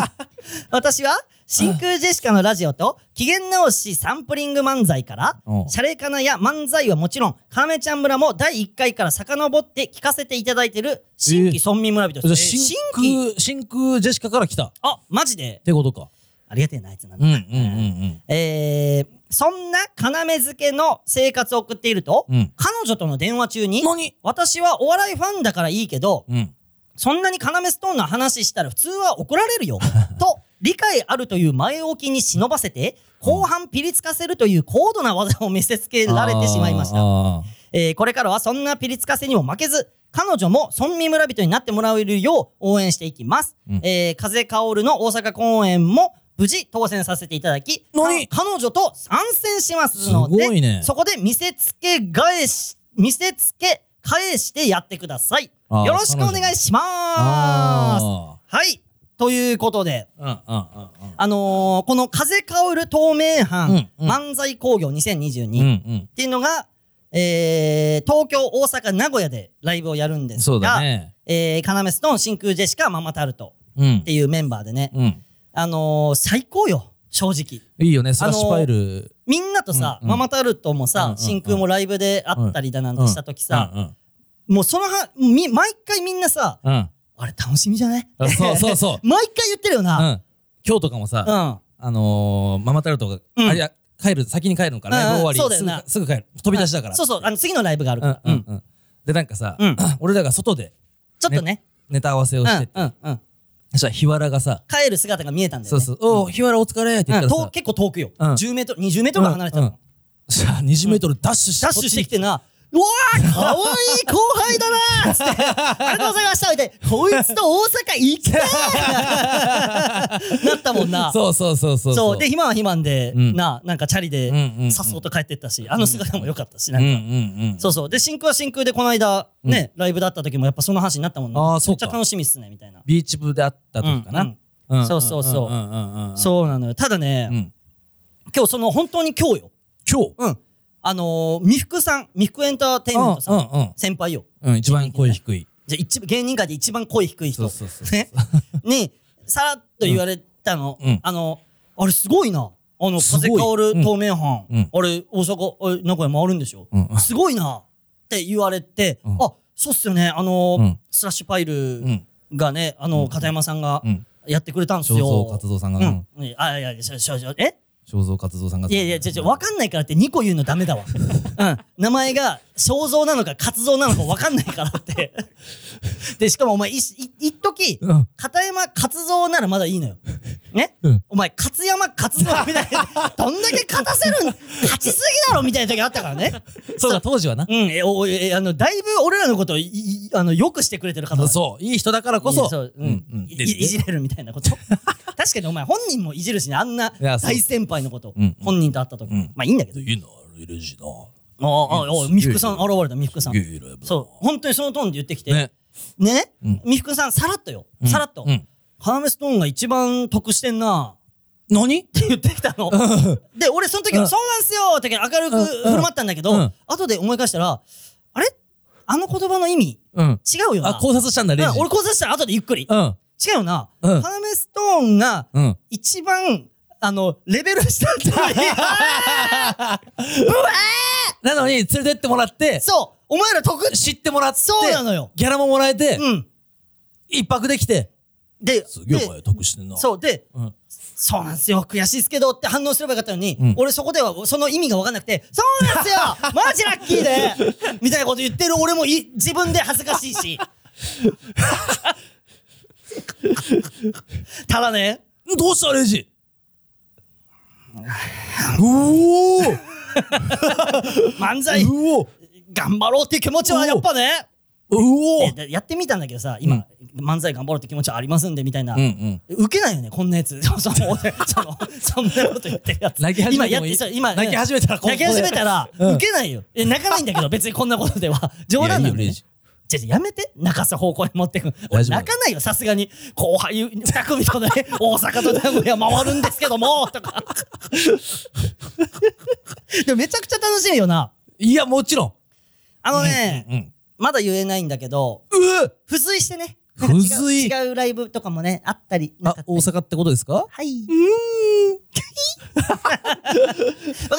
Speaker 1: 私は、真空ジェシカのラジオと、機嫌直しサンプリング漫才から
Speaker 2: う、ん
Speaker 1: シャレカナや漫才はもちろん、カメちゃん村も第1回から遡って聞かせていただいてる、新規村民村人
Speaker 2: じゃ
Speaker 1: で
Speaker 2: あ
Speaker 1: す。えー
Speaker 2: 真空、真空ジェシカから来たっ
Speaker 1: あ、マジで。
Speaker 2: てことか。
Speaker 1: ありがてえな、あいつなん
Speaker 2: う
Speaker 1: だ
Speaker 2: んうんうん
Speaker 1: えーそんな要付けの生活を送っていると、
Speaker 2: うん
Speaker 1: 彼女との電話中に、
Speaker 2: 何
Speaker 1: 私はお笑いファンだからいいけど、
Speaker 2: うん。うん。
Speaker 1: そんなに要ストーンの話したら普通は怒られ るよ。と、理解あるという前置きに忍ばせて、後半ピリつかせるという高度な技を見せつけられてしまいました。
Speaker 2: あ
Speaker 1: えーこれからはそんなピリつかせにも負けず、彼女も村民村人になってもらえるよう応援していきます。
Speaker 2: うん
Speaker 1: えー風薫の大阪公演も無事当選させていただき、
Speaker 2: 何
Speaker 1: か彼女と参戦しますの
Speaker 2: すご
Speaker 1: で、
Speaker 2: いね
Speaker 1: そこで見せつけ返し、見せつけ返してやってください。
Speaker 2: あー
Speaker 1: よろしくお願いします。
Speaker 2: あ
Speaker 1: はい。ということで、
Speaker 2: ー。うんうんうんうん。
Speaker 1: あのーこの風薫透明版、
Speaker 2: うんうん
Speaker 1: 漫才工業2022、
Speaker 2: うん
Speaker 1: っていうのが、えー、東京、大阪、名古屋でライブをやるんで
Speaker 2: うん。
Speaker 1: すが、
Speaker 2: そうだね。
Speaker 1: えー、カナメストーン、真空ジェシカ、ママタルト
Speaker 2: うん
Speaker 1: って。いうメンバーでね、
Speaker 2: うん。
Speaker 1: あのー、最高よ、正直。
Speaker 2: いいよね、スラッシュパイル。
Speaker 1: みんなとさ、
Speaker 2: うんうん
Speaker 1: ママタルトもさ、
Speaker 2: うんうんうん
Speaker 1: 真空もライブで会ったりだなんてした時さ、
Speaker 2: うんうん
Speaker 1: もうそのはみ、毎回みんなさ、
Speaker 2: うん。
Speaker 1: あれ楽しみじゃない。
Speaker 2: あそうそうそう
Speaker 1: 毎回言ってるよ
Speaker 2: う
Speaker 1: な。
Speaker 2: ん。今日とかも
Speaker 1: う
Speaker 2: さ、
Speaker 1: ん。
Speaker 2: あのー、ママタルトが、
Speaker 1: うん
Speaker 2: あれや、帰る、先に帰るのかな、
Speaker 1: うんうん
Speaker 2: ライブ終
Speaker 1: そう
Speaker 2: わ
Speaker 1: だ
Speaker 2: り
Speaker 1: よ
Speaker 2: す
Speaker 1: な
Speaker 2: ぐ、すぐ帰る。飛び出しだから。
Speaker 1: そうそう、あの、次のライブがある
Speaker 2: う
Speaker 1: か
Speaker 2: ん
Speaker 1: ら。
Speaker 2: う
Speaker 1: うんん。
Speaker 2: うん。で、なんかさ
Speaker 1: うん
Speaker 2: 俺らが外で
Speaker 1: ちょっとね。
Speaker 2: ネタ合わせを
Speaker 1: う
Speaker 2: して
Speaker 1: ん
Speaker 2: て、
Speaker 1: うんうん。
Speaker 2: そしたら日原がさ、
Speaker 1: 帰る姿が見えたんだよね。
Speaker 2: そうそう、おう、日原お疲れって言
Speaker 1: う
Speaker 2: っ
Speaker 1: ん
Speaker 2: たら
Speaker 1: 遠
Speaker 2: さ、
Speaker 1: 結構遠くよ。
Speaker 2: うん
Speaker 1: 10メートル、20メートルが離れてたの。
Speaker 2: うんうんじゃあ20メートルダッシュして、
Speaker 1: ダッシュしてきてな、うわー、かわいい後輩だなーつって、ありがとうございましたみたいな、こいつと大阪行きたーなったもんな。
Speaker 2: そうそうそうそう。
Speaker 1: そう。で、、暇は暇んで、
Speaker 2: うん
Speaker 1: な、なんかチャリで
Speaker 2: うんうんうん、
Speaker 1: さっそうと帰ってったし、あの姿も良かったし、な
Speaker 2: うんん
Speaker 1: か。
Speaker 2: うんうん。
Speaker 1: そうそう。で、真空は真空で、この間、ね、ライブだった時もやっぱその話になったもんな。
Speaker 2: あーそ
Speaker 1: め
Speaker 2: う
Speaker 1: っち
Speaker 2: か
Speaker 1: ゃ楽しみっすね、みたいな。
Speaker 2: ビーチ部で会った時か
Speaker 1: うん
Speaker 2: な
Speaker 1: うん。
Speaker 2: うんん
Speaker 1: そうそうそうん
Speaker 2: んんん
Speaker 1: そうなのよ。ただね、
Speaker 2: うん。
Speaker 1: 今日その本当に今日よ。
Speaker 2: 今日
Speaker 1: うん。あのー、未福さん、未福エンターテインメントさ
Speaker 2: うん
Speaker 1: ん、
Speaker 2: うんうん。
Speaker 1: 先輩よ。
Speaker 2: うん、一番声低い。
Speaker 1: じゃあ一番芸人界で一番声低い人
Speaker 2: そうそうそう
Speaker 1: ねにさらっと言われたの、
Speaker 2: うん
Speaker 1: あのあれすごいなあの
Speaker 2: すごい
Speaker 1: 風薫る透明版、
Speaker 2: うん
Speaker 1: あれ大阪あれ名古屋回るんでしょ、
Speaker 2: うん
Speaker 1: すごいなって言われて、
Speaker 2: うん
Speaker 1: あそうっすよねあの、
Speaker 2: うん
Speaker 1: スラッシュパイル
Speaker 2: うん。
Speaker 1: がねあの片山さんが
Speaker 2: うん。
Speaker 1: やってくれたんです
Speaker 2: 肖
Speaker 1: よ、
Speaker 2: 像活動さんが、うん
Speaker 1: うんいやあいやいやしょしょしょえ
Speaker 2: 肖像活動さんが。
Speaker 1: いやいや、ちょ、ちょ、わかんないからって2個言うのダメ だわ。うん。名前が肖像なのか活動なのかわかんないから って。で、しかもお前、いし、い、一時
Speaker 2: うん。
Speaker 1: 片山活動ならまだいいのよ。ね、
Speaker 2: うん
Speaker 1: お前、勝山活動みたい な。どんだけ勝たせるん、勝ちすぎだろみたいな時あったからね。
Speaker 2: そうか、当時はな
Speaker 1: う。ん、え、お、え、あの、だいぶ俺らのことをい、いあの、よくしてくれてる方だ
Speaker 2: そう、いい人だからこ
Speaker 1: いや
Speaker 2: そ。
Speaker 1: そう、う
Speaker 2: うんんうん
Speaker 1: い
Speaker 2: で
Speaker 1: いいじれるみたいなこと 確かにお前本人もいじるしねあんない
Speaker 2: やそう
Speaker 1: 大先輩のこと
Speaker 2: うんうん
Speaker 1: 本人と会った時、
Speaker 2: うん
Speaker 1: まあいいんだけど
Speaker 2: いいな、嬉しいな。
Speaker 1: ああああ
Speaker 2: すげえ
Speaker 1: 美福さん現れた美福さん
Speaker 2: いいライブだ
Speaker 1: そう本当にそのトーンで言ってきてね
Speaker 2: ね。うん
Speaker 1: 美福さんさらっとよ
Speaker 2: うん
Speaker 1: さらっと
Speaker 2: うん
Speaker 1: 「花メストーンが一番得してんな」
Speaker 2: 何
Speaker 1: って言ってきたので俺その時
Speaker 2: う
Speaker 1: は「
Speaker 2: ん
Speaker 1: そうなんすよ」って明るく振る舞ったんだけ
Speaker 2: う
Speaker 1: ど
Speaker 2: ん
Speaker 1: 後で思い返したら「あれあの言葉の意味
Speaker 2: うん。
Speaker 1: 違うよ
Speaker 2: あ、
Speaker 1: な」
Speaker 2: 考察したんだ、
Speaker 1: う
Speaker 2: レイ
Speaker 1: ん
Speaker 2: ジ。
Speaker 1: 俺考察したら後でゆっくり
Speaker 2: うん。
Speaker 1: 違うよな
Speaker 2: うん
Speaker 1: 花メストーンが
Speaker 2: うん。
Speaker 1: 一番あのレベル下だったのに
Speaker 2: なのに、連れてってもらって、
Speaker 1: そうお前ら得って
Speaker 2: 知ってもらって、
Speaker 1: そうなのよ
Speaker 2: ギャラももらえて、
Speaker 1: うん
Speaker 2: 一泊できて、
Speaker 1: です
Speaker 2: げえ
Speaker 1: で
Speaker 2: お前得してんな。
Speaker 1: そうで
Speaker 2: うん。
Speaker 1: そうなんですよ、悔しいですけどって反応すればよかったのに、
Speaker 2: うん
Speaker 1: 俺そこではその意味が分かんなくて、そうなん ですよマジラッキーでみたいなこと言ってる俺もい自分で恥ずかしい し。ただね、
Speaker 2: どうした、レイジ うおー
Speaker 1: 漫才
Speaker 2: うおー
Speaker 1: 頑張ろうっていう気持ちはやっぱね、
Speaker 2: うお
Speaker 1: え
Speaker 2: ー
Speaker 1: だやってみたんだけどさ、今、漫才頑張ろうって気持ちはありますんでみたいな、
Speaker 2: うんうん。
Speaker 1: 受けないよねこんなや つそのそのそんなこと言ってるやつ
Speaker 2: 泣き始
Speaker 1: 今
Speaker 2: めて
Speaker 1: やっ
Speaker 2: もい
Speaker 1: て
Speaker 2: い
Speaker 1: そう今
Speaker 2: 泣き始めたらここ
Speaker 1: 泣
Speaker 2: で
Speaker 1: き始めたら、
Speaker 2: うん
Speaker 1: 受けないよ。え、泣かないんだ けど、別にこんなことでは。冗談なん
Speaker 2: いやいい
Speaker 1: で、
Speaker 2: よレイ
Speaker 1: ね
Speaker 2: ジ。
Speaker 1: じゃやめて泣かす方向に持ってく俺
Speaker 2: 大丈夫
Speaker 1: 泣かないよさすがに後輩2組と ね大阪と名古屋回るんですけどもとかでもめちゃくちゃ楽しいよない
Speaker 2: や、もちろん。
Speaker 1: あのね、
Speaker 2: うん。
Speaker 1: まだ言えないんだけど
Speaker 2: う
Speaker 1: 付随してねなんか違う
Speaker 2: 付随
Speaker 1: 違うライブとかもねあったりな
Speaker 2: あ
Speaker 1: かっ、た
Speaker 2: 大
Speaker 1: り
Speaker 2: 阪ってことですか
Speaker 1: はい わか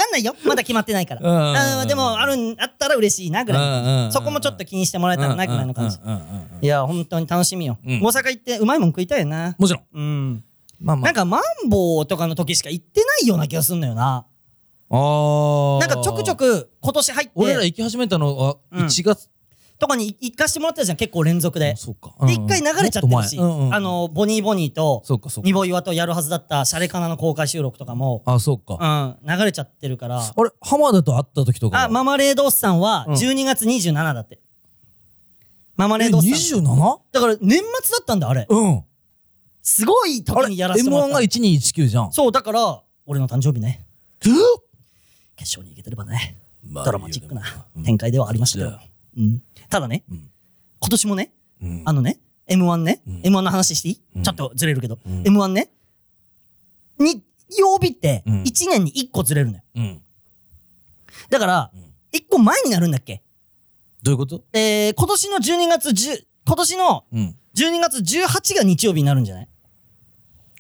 Speaker 1: んないよまだ決まってないから
Speaker 2: うんうんうん
Speaker 1: あーでもあるんあったら嬉しいなぐらい
Speaker 2: うんうんうんうん
Speaker 1: そこもちょっと気にしてもらえたらなぐらいの感じ。
Speaker 2: うんうんうんうん
Speaker 1: いや、本当に楽しみよ。
Speaker 2: うん
Speaker 1: 大阪行ってうまいもん食いたいよな。
Speaker 2: もちろん。
Speaker 1: うん。
Speaker 2: まあま
Speaker 1: な
Speaker 2: あ
Speaker 1: ん。か、マンボウとかの時しか行ってないような気がすんのよな。
Speaker 2: ああ。
Speaker 1: なんか、ちょくちょ。く今年入
Speaker 2: 俺ら
Speaker 1: って、
Speaker 2: 行き始めたの
Speaker 1: う
Speaker 2: は、
Speaker 1: ん
Speaker 2: 1月。
Speaker 1: とかに行かしてもらったじゃん、結構連続で
Speaker 2: あ。そうか。うんう
Speaker 1: で、
Speaker 2: ん
Speaker 1: 一回流れちゃってるし、
Speaker 2: もっと前うんうん
Speaker 1: あの、ボニーボニーと、
Speaker 2: そうか、そうか
Speaker 1: ニ。ボイワとやるはずだったシャレカナの公開収録とかも、
Speaker 2: あ、そうか。
Speaker 1: うん、流れちゃってるから。
Speaker 2: あれ、浜田と会った時とかは。
Speaker 1: あ、ママレードおっさんは
Speaker 2: うん
Speaker 1: 12月27だって。ママ
Speaker 2: え、
Speaker 1: レードおっさん。
Speaker 2: 27?
Speaker 1: だから、年末だったんだ、あれ。
Speaker 2: うん。
Speaker 1: すごい
Speaker 2: あ
Speaker 1: 時
Speaker 2: れ、
Speaker 1: にやらせてもらっ
Speaker 2: M1
Speaker 1: た
Speaker 2: が。1219じゃん。
Speaker 1: そう、だから、俺の誕生日ね。
Speaker 2: え
Speaker 1: 決勝に行けてればね、
Speaker 2: まあ
Speaker 1: ドラマチックな
Speaker 2: うん
Speaker 1: 展開ではありましたけ
Speaker 2: そ
Speaker 1: ど
Speaker 2: うだよ。
Speaker 1: うん、ただね、
Speaker 2: ん
Speaker 1: 今年もね、
Speaker 2: うん
Speaker 1: あのね、M1 ね、
Speaker 2: ん
Speaker 1: M1 の話していい、
Speaker 2: うん
Speaker 1: ちょっとずれるけど、
Speaker 2: うん
Speaker 1: M1 ね、に、曜日って
Speaker 2: うん
Speaker 1: 1年に1個ずれるのよ。
Speaker 2: うん。
Speaker 1: だから、1個前になるんだっけ
Speaker 2: どういうこと
Speaker 1: えー、今年の12月10、今年の
Speaker 2: うん。
Speaker 1: 12月18が日曜日になるんじゃない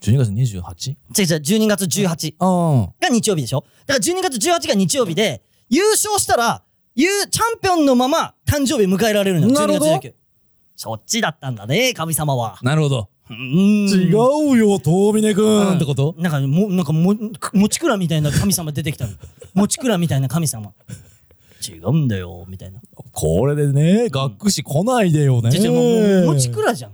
Speaker 2: 12月 28?
Speaker 1: 違う違う、12月18
Speaker 2: あ
Speaker 1: が日曜日でしょだから12月18が日曜日で、優勝したら、ゆうチャンピオンのまま誕生日迎えられるのよ。
Speaker 2: なるほど
Speaker 1: 12月19そっちだったんだね、神様は
Speaker 2: あ。。なるほど。
Speaker 1: うーん。
Speaker 2: 違うよ、遠峰くんってこと
Speaker 1: なんか、も、なんか、も、もちくらみたいな神様出て きたの。もちくらみたいな神様。違うんだよ、みたいな。
Speaker 2: これでね、学士来ないでよね。
Speaker 1: ちょちょもうもちくらじゃん。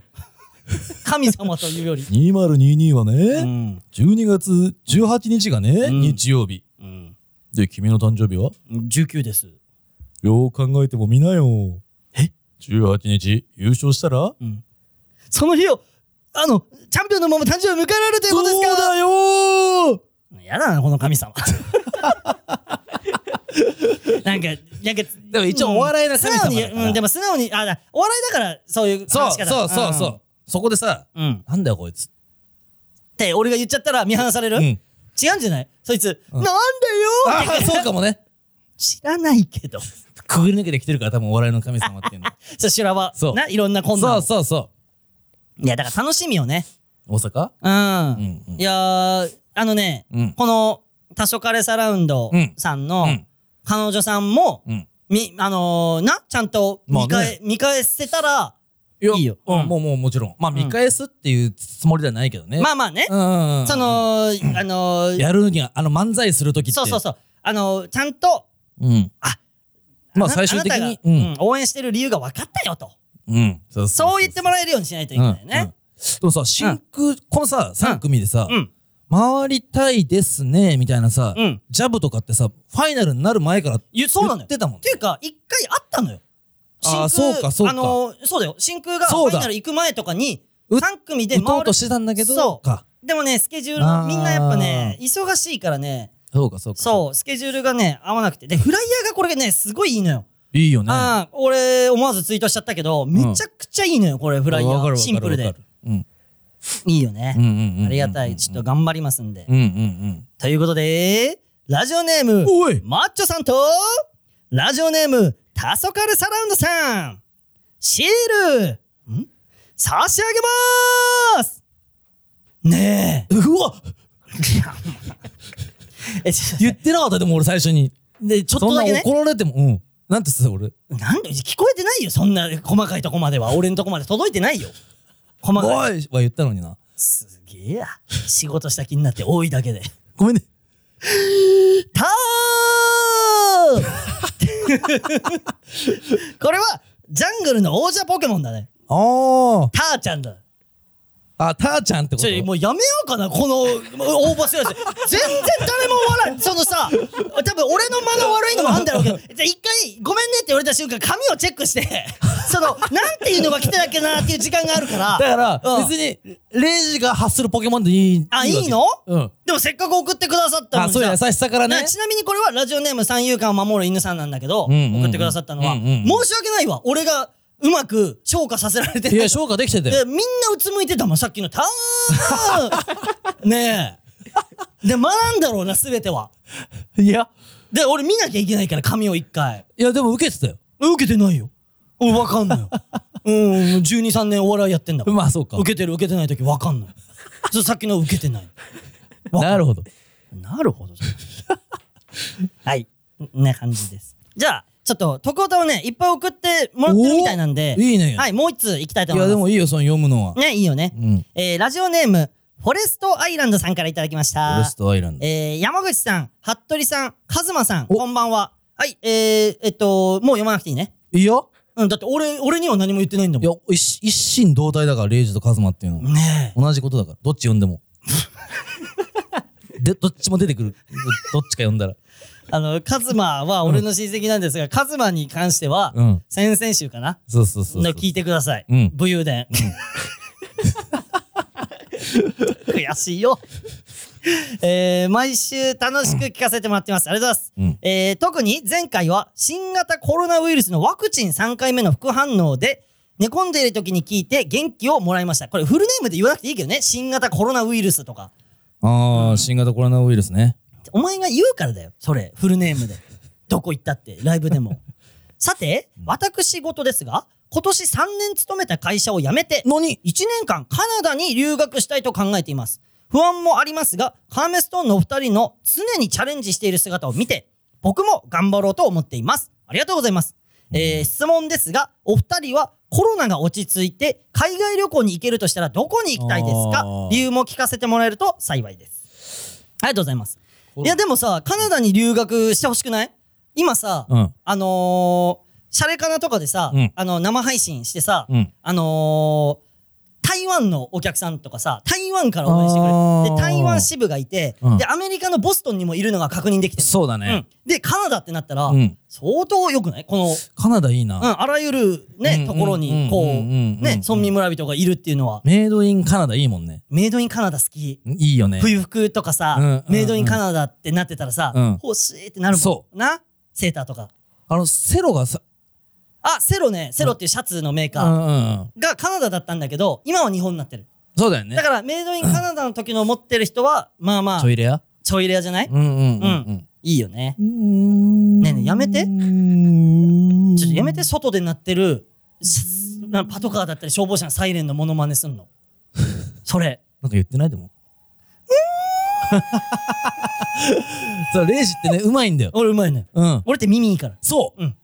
Speaker 1: 神様というより。
Speaker 2: 2022は
Speaker 1: う
Speaker 2: ね、
Speaker 1: ん。
Speaker 2: 12月18日がね、
Speaker 1: ん
Speaker 2: 日曜日。
Speaker 1: うん。
Speaker 2: で、君の誕生日は
Speaker 1: 19です。
Speaker 2: よう考えてもみなよ。え ?18 日、優勝したら
Speaker 1: その日を、あの、チャンピオンのまま誕生日迎えられるということですか
Speaker 2: だよー
Speaker 1: やだな、この神 様。なんか、なんか、
Speaker 2: でも一応お笑いの神様だから
Speaker 1: うん素直にうん、でも素直に、あ、だお笑いだから、そういう
Speaker 2: そう
Speaker 1: 話し方
Speaker 2: そうそうそう。そこでさ、
Speaker 1: うん。うん。っ
Speaker 2: なんだよこいつ。
Speaker 1: て、俺が言っちゃったら見放される、
Speaker 2: うん
Speaker 1: 違うんじゃないそいつ、なんでよー
Speaker 2: あ
Speaker 1: って
Speaker 2: あ、そうかもね。
Speaker 1: 知らないけど。
Speaker 2: くぐり抜けてきてるから多分お笑いの神様っていう の。
Speaker 1: そう、修羅場。
Speaker 2: そう
Speaker 1: な、いろんな困難
Speaker 2: そ
Speaker 1: を。
Speaker 2: うそうそ
Speaker 1: いや、だから楽しみよね。
Speaker 2: う。大阪
Speaker 1: うん。
Speaker 2: んうん
Speaker 1: いやー、あのね、
Speaker 2: うん
Speaker 1: この、多少カレサラウンドさんの、
Speaker 2: うん
Speaker 1: 彼女さんも、
Speaker 2: うん。
Speaker 1: み、あのー、な、ちゃんと見
Speaker 2: まあ
Speaker 1: 返、
Speaker 2: ね
Speaker 1: 見返せたら、
Speaker 2: いや
Speaker 1: いいよ
Speaker 2: うん
Speaker 1: うん
Speaker 2: もうもうもちろん。まあ見返すっていうつもりではないけどね。
Speaker 1: まあまあね、
Speaker 2: うんうんうん。
Speaker 1: そ、の、あのー、
Speaker 2: やるには、あの漫才するときって。
Speaker 1: そうそうそう、あのー、ちゃんと、
Speaker 2: う。うん。
Speaker 1: あ、
Speaker 2: まあ
Speaker 1: な
Speaker 2: 最終的
Speaker 1: あな
Speaker 2: に
Speaker 1: た。
Speaker 2: う
Speaker 1: が
Speaker 2: ん。
Speaker 1: 応援してる理由が分かったよと。
Speaker 2: うん。そう
Speaker 1: そう言ってもらえるようにしないといけない
Speaker 2: うんうん
Speaker 1: ね。
Speaker 2: でもさ、真空、このさ、3組でさ
Speaker 1: う、ん。
Speaker 2: 回りたいですね、みたいなさ
Speaker 1: うん、
Speaker 2: ジャブとかってさ、ファイナルになる前から
Speaker 1: ゆそうなの
Speaker 2: 言
Speaker 1: よ。
Speaker 2: ってたもん
Speaker 1: っていうか、一回あったのよ。
Speaker 2: あ
Speaker 1: 真
Speaker 2: ー
Speaker 1: 空
Speaker 2: そうかそうか
Speaker 1: あのー、そうだよ。真空が
Speaker 2: そ
Speaker 1: フ
Speaker 2: う
Speaker 1: ァ
Speaker 2: だ
Speaker 1: イナル行く前とかに、
Speaker 2: う
Speaker 1: 3組で
Speaker 2: 打と
Speaker 1: 回
Speaker 2: う
Speaker 1: る
Speaker 2: と。してたんだけど、
Speaker 1: そう
Speaker 2: か。
Speaker 1: でもね、スケジュールの、みんなやっぱね、
Speaker 2: あ
Speaker 1: 忙しいからね、
Speaker 2: そうか、そうか。
Speaker 1: そう、スケジュールがね、合わなくて。で、フライヤーがこれね、すごいいいのよ。
Speaker 2: う。いいよね。
Speaker 1: ああ、俺、思わずツイートしちゃったけど、めちゃくちゃいいのよ、これ、フライヤ
Speaker 2: わかる
Speaker 1: ー。
Speaker 2: わかる
Speaker 1: シンプルで。。
Speaker 2: うん。
Speaker 1: いいよね
Speaker 2: うんう。んうん。
Speaker 1: ありがたい。ちょっと頑張りますんで。
Speaker 2: うんうんうん。
Speaker 1: ということで、ラジオネーム、
Speaker 2: おい
Speaker 1: マッチョさんと、ラジオネーム、タソカルサラウンドさん、シール、ん差し上げまーすね
Speaker 2: うわ
Speaker 1: え。 え、ちょっと
Speaker 2: 言ってなかった、でも俺最初に。
Speaker 1: で、ちょっ
Speaker 2: そ
Speaker 1: と
Speaker 2: ん
Speaker 1: だ
Speaker 2: な
Speaker 1: けね。
Speaker 2: 怒られても、うん。なんて言ってた俺。
Speaker 1: なんで聞こえてないよ、そんな細かいとこまでは。俺のとこまで届いてないよ。細かい。
Speaker 2: おいは言ったのにな。
Speaker 1: すげえや。仕事した気になって多いだけで。
Speaker 2: ごめんね。
Speaker 1: た ーこれは、ジャングルの王者ポケモンだね。
Speaker 2: あ
Speaker 1: ターちゃんだ。
Speaker 2: あ。あ、たーちゃんってこ
Speaker 1: ち
Speaker 2: と
Speaker 1: ょ、もうやめようかな、この、もう応募してるやつ。全然誰も笑い、そのさ、多分俺の間が悪いのもあんだろうけど、じゃあ一回、ごめんねって言われたた瞬間、紙をチェックして、その、なんていうのが来てたっけなっていう時間があるから、
Speaker 2: だから
Speaker 1: うん、
Speaker 2: 別に、レイジが発するポケモンでいい。
Speaker 1: あ、
Speaker 2: わ
Speaker 1: い
Speaker 2: け
Speaker 1: いの
Speaker 2: うん。
Speaker 1: でもせっかく送ってくださったの
Speaker 2: あ、
Speaker 1: に
Speaker 2: そういう
Speaker 1: さ
Speaker 2: 優しさから
Speaker 1: な
Speaker 2: ね。
Speaker 1: ちなみにこれはラジオネーム三遊間を守る犬さんなんだけど、
Speaker 2: うんうんうん
Speaker 1: 送ってくださったのは、
Speaker 2: うんうん
Speaker 1: 申し訳ないわ俺がうまく消化させられて
Speaker 2: い
Speaker 1: ない
Speaker 2: や、消化できてた
Speaker 1: で
Speaker 2: よ。
Speaker 1: みんなうつむいてたもんさっきの「た ーん」ねえで学んだろうな全てはい
Speaker 2: や、
Speaker 1: で俺見なきゃいけないから紙を一回
Speaker 2: いや、でも受けてたよ。
Speaker 1: え受けてないよ俺分かん ないようん123年お笑いやってんだから
Speaker 2: まあ、そうか。
Speaker 1: 受けてる受けてない時分かんないそれさっきの受けてない
Speaker 2: なるほど。
Speaker 1: なるほど。 はい。んな感じです。じゃあ、ちょっと、徳太をね、いっぱい送ってもらってるみたいなんで、
Speaker 2: おーいいね
Speaker 1: はい、もう一通行きたいと
Speaker 2: い
Speaker 1: 思い
Speaker 2: や、
Speaker 1: ます。
Speaker 2: でもいいよ、その読むのは。
Speaker 1: ね、いいよね
Speaker 2: う。ん。
Speaker 1: えー、ラジオネーム、フォレストアイランドさんからいただきまし
Speaker 2: フォレ
Speaker 1: た
Speaker 2: ス。トアイランド。
Speaker 1: えー、山口さん、服部さん、カズマさん、
Speaker 2: お
Speaker 1: こんばんは。はい、えー、えっと、もう読まなくていいね。
Speaker 2: いいよ。
Speaker 1: うん、だって俺、俺には何も言ってないんだ
Speaker 2: い
Speaker 1: も
Speaker 2: や、一一心同体だから、レイジとカズマっていうのは。
Speaker 1: ん。ねえ。
Speaker 2: 同じことだから。どっち読ん でも。で、どっちも出てくる。どどっちか読んだら。
Speaker 1: あの、カズマは俺の親戚なんですが、カズマに関しては、
Speaker 2: うん。
Speaker 1: 先々週かな
Speaker 2: そうそうそうそ
Speaker 1: の
Speaker 2: う。
Speaker 1: 聞いてください。
Speaker 2: うん
Speaker 1: 武勇伝。 悔しいよ。えー毎週楽しく聞かせてもらってます。ありがとうございます。
Speaker 2: うん
Speaker 1: えー特に前回は新型コロナウイルスのワクチン3回目の副反応で寝込んでいる時に聞いて元気をもらいました。これフルネームで言わなくていいけどね。新型コロナウイルスとか。
Speaker 2: ああ、新型コロナウイルスね。
Speaker 1: お前が言うからだよ。それ、フルネームで。 どこ行ったって、ライブでも。さて、私事ですが、今年3年勤めた会社を辞めて、
Speaker 2: 何
Speaker 1: 1年間カナダに留学したいと考えています。不安もありますが、カーメストーンのお二人の常にチャレンジしている姿を見て、僕も頑張ろうと思っています。ありがとうございます。えー、質問ですが、お二人はコロナが落ち着いて海外旅行に行けるとしたらどこに行きたいです
Speaker 2: あ
Speaker 1: か
Speaker 2: ー
Speaker 1: 理由も聞かせてもらえると幸いです。ありがとうございます。いやでもさ、カナダに留学してほしくない今さ、
Speaker 2: うん。
Speaker 1: あのー、シャレカナとかでさ、
Speaker 2: うん
Speaker 1: あの、生配信してさ、
Speaker 2: うん。
Speaker 1: あのー、台湾のお客さんとかさ、台湾から応援してくれ
Speaker 2: あ
Speaker 1: る。
Speaker 2: ー
Speaker 1: で、台湾支部がいて、
Speaker 2: うん
Speaker 1: で、アメリカのボストンにもいるのが確認できてる。
Speaker 2: そうだ
Speaker 1: う
Speaker 2: ね。
Speaker 1: ん。で、カナダってなったら、
Speaker 2: うん
Speaker 1: 相当良くないこの、
Speaker 2: カナダいいな。
Speaker 1: うん、あらゆるね、
Speaker 2: うん
Speaker 1: ところに、こう、
Speaker 2: うんうんうんうん
Speaker 1: ね、村民村人がいるっていうのは、
Speaker 2: メイドインカナダいいもんね。
Speaker 1: メイドインカナダ好き。
Speaker 2: いいよね。
Speaker 1: 冬服とかさ、
Speaker 2: うんうんうん
Speaker 1: メイドインカナダってなってたらさ、
Speaker 2: うん
Speaker 1: 欲しいってなるもん。
Speaker 2: そ
Speaker 1: なセーターとか。
Speaker 2: あの、セロがさ、
Speaker 1: あ、セロね、セロっていうシャツのメー
Speaker 2: うん
Speaker 1: カー
Speaker 2: うんうん。
Speaker 1: がカナダだったんだけど、今は日本になってる。
Speaker 2: そうだよね。
Speaker 1: だからメイドインカナダの時の持ってる人は、まあまあ、
Speaker 2: ちょいレア
Speaker 1: ちょいレアじゃない
Speaker 2: うんうんう
Speaker 1: うん
Speaker 2: ん
Speaker 1: いいよね。
Speaker 2: うん。
Speaker 1: ねえねえやめて
Speaker 2: うーん
Speaker 1: ちょっとやめて、外で鳴ってる、シャなパトカーだったり消防車のサイレンのモノマネすん の。それ。
Speaker 2: なんか言ってないでも。そう、レイジってね、うまいんだよ。
Speaker 1: 俺うまいね。
Speaker 2: うん。
Speaker 1: 俺って耳いいから。
Speaker 2: そう
Speaker 1: うん。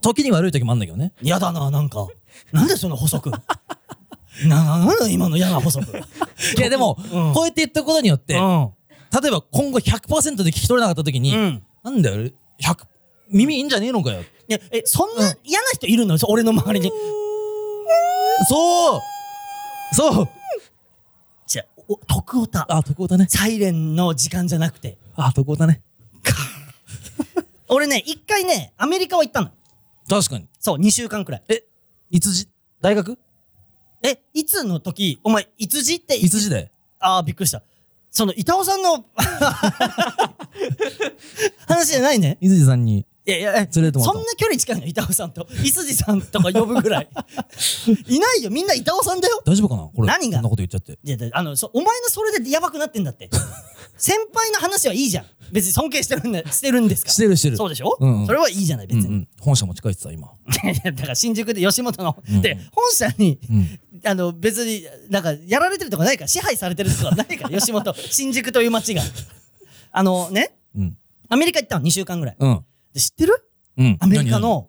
Speaker 2: 時に悪い時もあんだけどね。
Speaker 1: やだな、なんか。なんでその補足 な、なんだ今の嫌な補足。
Speaker 2: いや、でも、
Speaker 1: うん
Speaker 2: こうやって言ったことによって、
Speaker 1: うん。
Speaker 2: 例えば今後100%で聞き取れなかった時に、
Speaker 1: うん
Speaker 2: なんだよ、100、耳いいんじゃねえのかよ。
Speaker 1: いやえ、そんな嫌な人いるの俺の周りに。
Speaker 2: そうそう
Speaker 1: じゃあ、お徳オタ。
Speaker 2: あ、徳オタね。
Speaker 1: サイレンの時間じゃなくて。
Speaker 2: あ、徳オタね。
Speaker 1: 俺ね、一回ね、アメリカは行ったの。
Speaker 2: 確かに。
Speaker 1: そう、2週間くらい。
Speaker 2: え、いつじ、大学
Speaker 1: え、いつの時、お前、いつじって、
Speaker 2: いつ時代
Speaker 1: ああ、びっくりした。その、板尾さん の、話じゃないね。
Speaker 2: いつじさんに。
Speaker 1: いやいや、え
Speaker 2: それとも
Speaker 1: そんな距離近いの、板尾さんと。いすじさんとか呼ぶぐら い。いないよ、みんな板尾さんだよ。
Speaker 2: 大丈夫かなこれ。
Speaker 1: 何が
Speaker 2: こんなこと言っちゃって。
Speaker 1: いや、だあの、そお前のそれでやばくなってんだって。先輩の話はいいじゃん。別に尊敬してるんだ、してるんですから。
Speaker 2: してるしてる
Speaker 1: そうでしょ、
Speaker 2: うんうん
Speaker 1: それはいいじゃない、別
Speaker 2: うん
Speaker 1: に。
Speaker 2: うん。本社持ち帰ってた、今。
Speaker 1: いや だから新宿で吉本の、
Speaker 2: うん
Speaker 1: で本社に、
Speaker 2: うん
Speaker 1: あの別になんかやられてるとかないから支配されてるとかないから吉 本新宿という街があのね
Speaker 2: うん。
Speaker 1: アメリカ行ったの2週間ぐらい
Speaker 2: うん。
Speaker 1: で知ってる
Speaker 2: うん。
Speaker 1: アメリカ
Speaker 2: 何。何
Speaker 1: の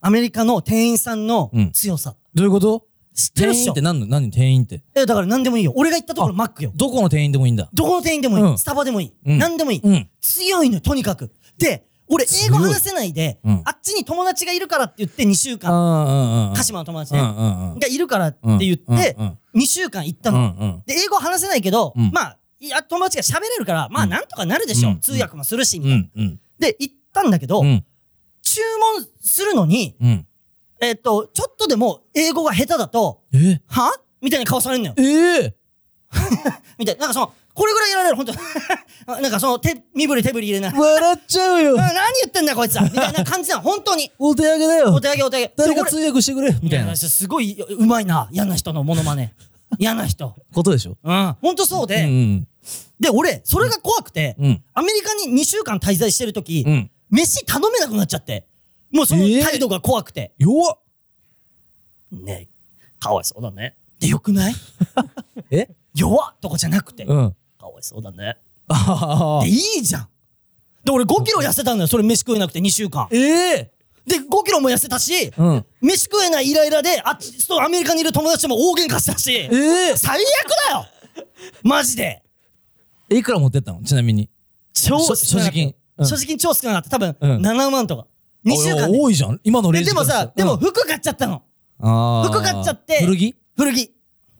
Speaker 1: アメリカの店員さんの
Speaker 2: うん
Speaker 1: 強さ、
Speaker 2: どういうこと
Speaker 1: 知ってるっ
Speaker 2: 店
Speaker 1: し
Speaker 2: 員
Speaker 1: ょ
Speaker 2: って何の何店員って。
Speaker 1: えだから何でもいいよ俺が行ったところ
Speaker 2: あ
Speaker 1: マックよ
Speaker 2: どこの店員でもいいんだ。
Speaker 1: どこの店員でもいい、
Speaker 2: うん
Speaker 1: スタバでもいい、
Speaker 2: うん
Speaker 1: 何でもいい、
Speaker 2: うん
Speaker 1: 強いのよとにかくで俺英語
Speaker 2: 強い
Speaker 1: 話せないで、
Speaker 2: うん
Speaker 1: あっちに友達がいるからって言って2週
Speaker 2: ああ、
Speaker 1: 間
Speaker 2: うんうん。
Speaker 1: 鹿島の友達
Speaker 2: う
Speaker 1: ね、
Speaker 2: んうんうん。
Speaker 1: がいるからって言って
Speaker 2: うんうん、
Speaker 1: 2週間行った
Speaker 2: う
Speaker 1: の。
Speaker 2: んうん。
Speaker 1: で、英語話せないけど、
Speaker 2: うん
Speaker 1: まあ、いや友達が喋れるから、まあ、なんとかなるでし
Speaker 2: う
Speaker 1: ょ。
Speaker 2: ん
Speaker 1: 通訳もするし、み
Speaker 2: う
Speaker 1: たいなん
Speaker 2: うん。
Speaker 1: で、行ったんだけど
Speaker 2: う、
Speaker 1: 中
Speaker 2: ん。
Speaker 1: 注文するのに、
Speaker 2: うん。
Speaker 1: えっと、ちょっとでも英語が下手だと、
Speaker 2: え
Speaker 1: はみたいな顔されるのよ。
Speaker 2: ええ
Speaker 1: みたいな。なんかその、これぐらいやられる、ほんと。あ なんかその手、身振り手振り入れない。うん
Speaker 2: 笑っちゃうよ
Speaker 1: 何言ってんだよこいつはみたいな感じなの、本当に。
Speaker 2: お手上げだよ
Speaker 1: お手上げお手上げ。
Speaker 2: 誰
Speaker 1: で
Speaker 2: か
Speaker 1: 俺
Speaker 2: 通訳してくれみたいな
Speaker 1: すごい、うまいな。嫌な人のモノマネ。嫌な人。
Speaker 2: ことでしょ
Speaker 1: うん。ほんとそう
Speaker 2: う
Speaker 1: で。
Speaker 2: ん
Speaker 1: で、俺、それが怖くて、
Speaker 2: うんうん
Speaker 1: アメリカに2週間滞在してる時、
Speaker 2: うん
Speaker 1: 飯頼めなくなっちゃって。もうその
Speaker 2: えー
Speaker 1: 態度が怖くて。
Speaker 2: 弱っ
Speaker 1: ねえ、かわいそうだね。で、よくない
Speaker 2: え
Speaker 1: 弱っとかじゃなくて。
Speaker 2: うんあ
Speaker 1: かわいそうだね。
Speaker 2: ははは
Speaker 1: で、いいじゃん。で、俺5キロ痩せたんだよ。それ飯食えなくて2週間。
Speaker 2: ええ
Speaker 1: で、5キロも痩せたし、
Speaker 2: うん
Speaker 1: 飯食えないイライラで、あっちとアメリカにいる友達とも大喧嘩したし、
Speaker 2: ええ
Speaker 1: 最悪だよマジで。
Speaker 2: いくら持ってったのちなみに
Speaker 1: 超
Speaker 2: 所
Speaker 1: 少なかった
Speaker 2: 所持金うん
Speaker 1: 所持金超少なかった。多分、
Speaker 2: うん
Speaker 1: 7万とか。2週間
Speaker 2: お
Speaker 1: で。
Speaker 2: 多いじゃん今のレ
Speaker 1: で
Speaker 2: ジ
Speaker 1: でもさ、でも服買っちゃったの。服
Speaker 2: 服
Speaker 1: 買っちゃって
Speaker 2: 古着
Speaker 1: 古着。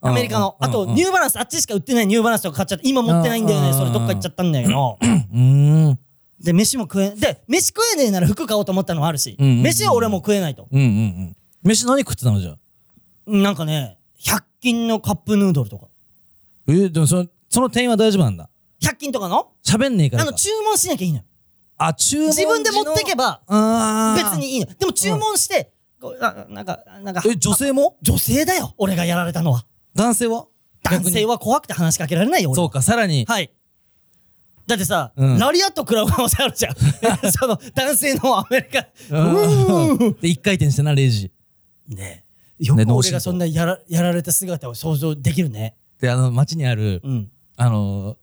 Speaker 1: アメリカの。
Speaker 2: うん
Speaker 1: あ
Speaker 2: うん
Speaker 1: と、ニューバランス、あっちしか売ってないニューバランスとか買っちゃって、今持ってないんだよ
Speaker 2: う
Speaker 1: ね。
Speaker 2: ん
Speaker 1: それどっか行っちゃったんだけど。
Speaker 2: うーん
Speaker 1: で、飯も食え、で、飯食えねえなら服買おうと思ったのもあるし、
Speaker 2: うんうんうん
Speaker 1: 飯は俺も食えないと。
Speaker 2: うんうんうん飯何食ってたのじゃあ
Speaker 1: なんかね、100均のカップヌードルとか。
Speaker 2: えーでもそのその店員は大丈夫なんだ
Speaker 1: 100均とかの
Speaker 2: 喋んねえか
Speaker 1: あ
Speaker 2: ら
Speaker 1: の、
Speaker 2: か
Speaker 1: 注文しなきゃいいのよ。
Speaker 2: あ注文
Speaker 1: 自分で持って
Speaker 2: 時
Speaker 1: け
Speaker 2: の
Speaker 1: ば、
Speaker 2: あー
Speaker 1: 別にいいの。でも注文して、こうあなんか、なんか、
Speaker 2: え女性も
Speaker 1: 女性だよ。俺がやられたのは。
Speaker 2: 男性は
Speaker 1: 男性
Speaker 2: は
Speaker 1: は怖くて話しかけられないよ、俺
Speaker 2: そうかさらに
Speaker 1: はい。だってさ、
Speaker 2: うん
Speaker 1: ラリアット食らう可能性ある じゃん。その、男性のアメリカ。
Speaker 2: うん で一回転してなレジ
Speaker 1: ねえ。よく
Speaker 2: ね脳
Speaker 1: 俺
Speaker 2: 震
Speaker 1: が
Speaker 2: 盪
Speaker 1: そんなやらやられた姿を想像できるね。
Speaker 2: であの街にある
Speaker 1: うん。
Speaker 2: あの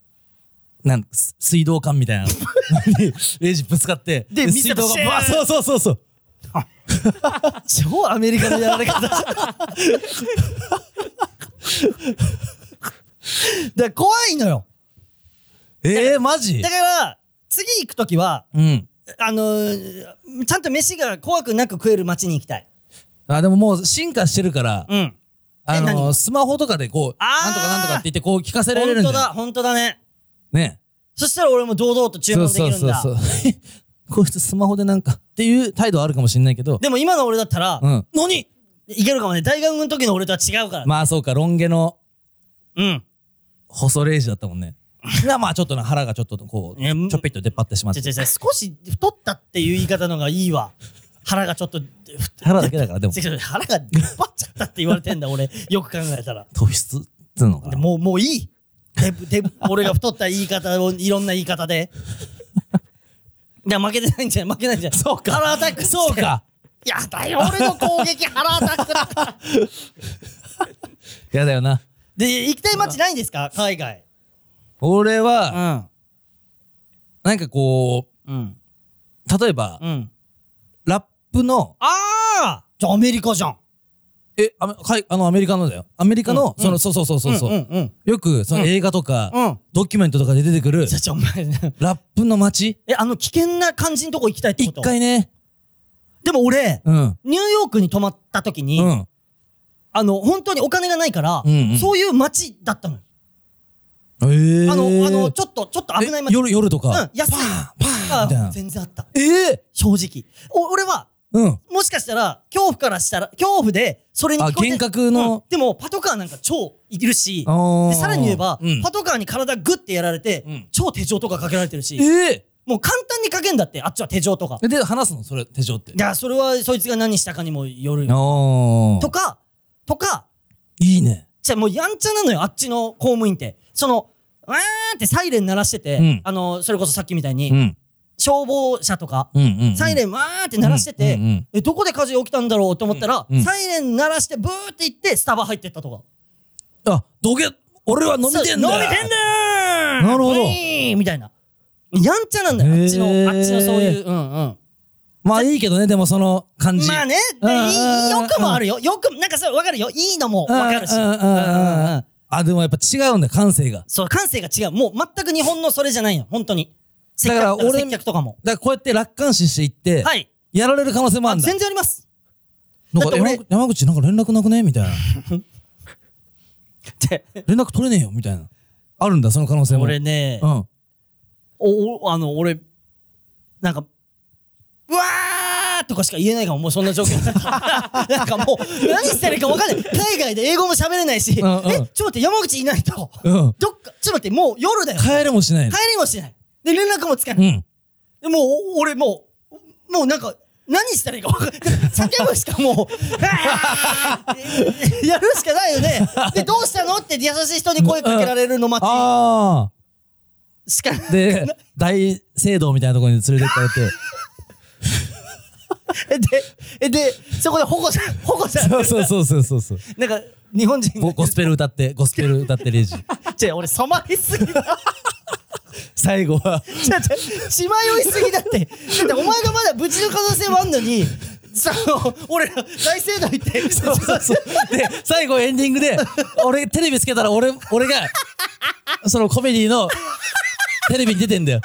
Speaker 2: ーなんす水道管 みたいなのにレジぶつかって
Speaker 1: で見た
Speaker 2: 水
Speaker 1: ら
Speaker 2: 道
Speaker 1: シェー
Speaker 2: 管
Speaker 1: ン
Speaker 2: バーそうそうそうそう
Speaker 1: 超アメリカのやられ方 じゃん。だから怖いのよ。
Speaker 2: えー、マジ
Speaker 1: だから、次行くときは、
Speaker 2: うん
Speaker 1: あのーちゃんと飯が怖くなく食える街に行きたい。
Speaker 2: あでももう進化してるから、
Speaker 1: うん。
Speaker 2: あ
Speaker 1: 何
Speaker 2: の
Speaker 1: が
Speaker 2: ースマホとかでこう
Speaker 1: あー
Speaker 2: なんとかなんとかって言ってこう聞かせられ
Speaker 1: 本
Speaker 2: るん
Speaker 1: 当
Speaker 2: だ
Speaker 1: だ、
Speaker 2: よ
Speaker 1: 本当だね。
Speaker 2: ね
Speaker 1: そしたら俺も堂々と注文できるんだ。
Speaker 2: う こいつスマホでなんかっていう態度はあるかもしれないけど
Speaker 1: でも今の俺だったら、
Speaker 2: うん
Speaker 1: 何いけるかもね。大学の時の俺とは違うから。
Speaker 2: まあそうかロン毛の
Speaker 1: うん。
Speaker 2: 細レジだったも んねなまあちょっとな腹がちょっとこう
Speaker 1: いやむ
Speaker 2: ちょっぴっと出っ張ってしまっ
Speaker 1: ちょ
Speaker 2: て
Speaker 1: ちょちょ、少し太ったっていう言い方の方がいいわ。腹がちょっと、
Speaker 2: 腹だけだからでも
Speaker 1: 違う違う腹が出っ張っちゃったって言われてんだ、俺。 よく考えたら。
Speaker 2: 突出ってのか
Speaker 1: で
Speaker 2: な
Speaker 1: もう、もういい。で、で、俺が太った言い方を、いろんな言い方で。いや、負けてないんじゃない負けないんじゃないそうか。腹アタック、
Speaker 2: そう。か
Speaker 1: やだよ、俺の攻撃腹アタックだ。
Speaker 2: やだよな
Speaker 1: で、行きたい街ないんですか海外。
Speaker 2: 俺
Speaker 1: う
Speaker 2: は
Speaker 1: ん。
Speaker 2: なんかこ
Speaker 1: うん。
Speaker 2: う例えば
Speaker 1: うん。
Speaker 2: ラップの
Speaker 1: ああじゃあアメリカじゃん。
Speaker 2: えああのアメリカのだよアメリカのそのそうそうそうそうそ
Speaker 1: うん
Speaker 2: う
Speaker 1: うん。
Speaker 2: よくその映画と
Speaker 1: う
Speaker 2: か
Speaker 1: ん
Speaker 2: ドキュメントとかで出てくる
Speaker 1: じゃあちょ、お前、
Speaker 2: ラップの街
Speaker 1: え、あの危険な感じのとこ行きたいってこ
Speaker 2: 一
Speaker 1: と
Speaker 2: 回ね
Speaker 1: でも俺、
Speaker 2: うん
Speaker 1: ニューヨークに泊まった時に、
Speaker 2: うん
Speaker 1: あの、本当にお金がないから、
Speaker 2: うんうん
Speaker 1: そういう街だったのよ。
Speaker 2: ええ
Speaker 1: あの、あの、ちょっと、ちょっと危ない街。
Speaker 2: 夜夜と
Speaker 1: う
Speaker 2: か
Speaker 1: ん、安い。
Speaker 2: ンみたい
Speaker 1: あ
Speaker 2: な
Speaker 1: 全然あった。
Speaker 2: ええ
Speaker 1: 正直。お俺は、
Speaker 2: うん
Speaker 1: もしかしたら、恐怖からしたら、恐怖で、それに聞こえて
Speaker 2: あ幻覚
Speaker 1: う
Speaker 2: の
Speaker 1: んでも、パトカーなんか超いるし、
Speaker 2: あー
Speaker 1: でさらに言えば、
Speaker 2: うん
Speaker 1: パトカーに体グッてやられて、
Speaker 2: うん
Speaker 1: 超手錠とかかけられてるし、
Speaker 2: え
Speaker 1: もう簡単にかけんだって、あっちは手錠とか。
Speaker 2: えで話すのそれ手錠って
Speaker 1: いや、それはそいつが何したかにもよるよ。
Speaker 2: あ
Speaker 1: とか、とか、
Speaker 2: いいね
Speaker 1: じゃあもうやんちゃなのよ、あっちの公務員って。その、わーってサイレン鳴らしてて、
Speaker 2: うん
Speaker 1: あの、それこそさっきみたいに、
Speaker 2: うん
Speaker 1: 消防車とか、
Speaker 2: うんうん
Speaker 1: サイレンわーって鳴らしてて、
Speaker 2: うんうんうん
Speaker 1: え、どこで火事起きたんだろうと思ったら、
Speaker 2: うんうん
Speaker 1: サイレン鳴らしてブーって行って、スタバ入ってったとか。
Speaker 2: あどけ俺は飲みてんだ
Speaker 1: そう飲みてんだー
Speaker 2: なるほど
Speaker 1: ウィーンみたいな。やんちゃなんだよ、あっちの、
Speaker 2: へー
Speaker 1: あっちのそういう、うんうん。
Speaker 2: まあいいけどねでもその感じ
Speaker 1: まあね、
Speaker 2: う
Speaker 1: で
Speaker 2: んうん
Speaker 1: いいよくもあ
Speaker 2: る
Speaker 1: るよ。よく、なんかそれわかるよ。いいのもわかるし。
Speaker 2: うんうんうんうん
Speaker 1: うんうん
Speaker 2: あでもやっぱ違うんだよ感性が
Speaker 1: そう、感性が違う。もう全く日本のそれじゃないよ。本当に。接
Speaker 2: だ
Speaker 1: 客
Speaker 2: から俺
Speaker 1: 接客とかも。
Speaker 2: だからこうやって楽観視していって、
Speaker 1: はい。
Speaker 2: やられる可能性もあ
Speaker 1: あ
Speaker 2: るんだ
Speaker 1: 全然あります。
Speaker 2: なん
Speaker 1: だ
Speaker 2: か
Speaker 1: って俺
Speaker 2: 山口山口なんか連絡なく ねみたいな
Speaker 1: って、
Speaker 2: 連絡取れねえよみたいなあるんだその可能性も
Speaker 1: 俺ね、
Speaker 2: うん
Speaker 1: お、おあの、俺、なんか、うわーとかしか言えないかも、もうそんな 状況なんかもう、何したらいいか分かんない。海外で英語も喋れないし、
Speaker 2: うんう
Speaker 1: え、
Speaker 2: ん
Speaker 1: ちょっと待って、山口いないと。
Speaker 2: うん。
Speaker 1: どっか、ちょっと待って、もう夜だよ。
Speaker 2: 帰れもしないの
Speaker 1: 帰。りもしない。で、連絡もつか
Speaker 2: う
Speaker 1: ない。
Speaker 2: ん。
Speaker 1: でもう、お俺もう、もうなんか、何したらいいか 分かんない。叫ぶしかもう、 あーやるしかないよね。で、どうしたのって優しい人に声かけられるの待
Speaker 2: あ
Speaker 1: ちしかない
Speaker 2: あ。で、大聖堂みたいなところに連れてってやって。
Speaker 1: で、で、そこで保護者、保護者、
Speaker 2: そうそうそうそうそうそう。
Speaker 1: なんか、日本人
Speaker 2: ゴ
Speaker 1: が
Speaker 2: ゴスペル歌って、ゴスペル歌っ てレイジ。
Speaker 1: 違う、俺染まりすぎだ。
Speaker 2: 最後は、
Speaker 1: 違う違う、血迷いすぎだって。だってお前がまだ無事の可能性もあんのに、その、俺ら、大聖堂行って、
Speaker 2: そうそうそう。で、最後エンディングで、俺、テレビつけたら俺、俺が、そのコメディの、テレビに出てんだよ。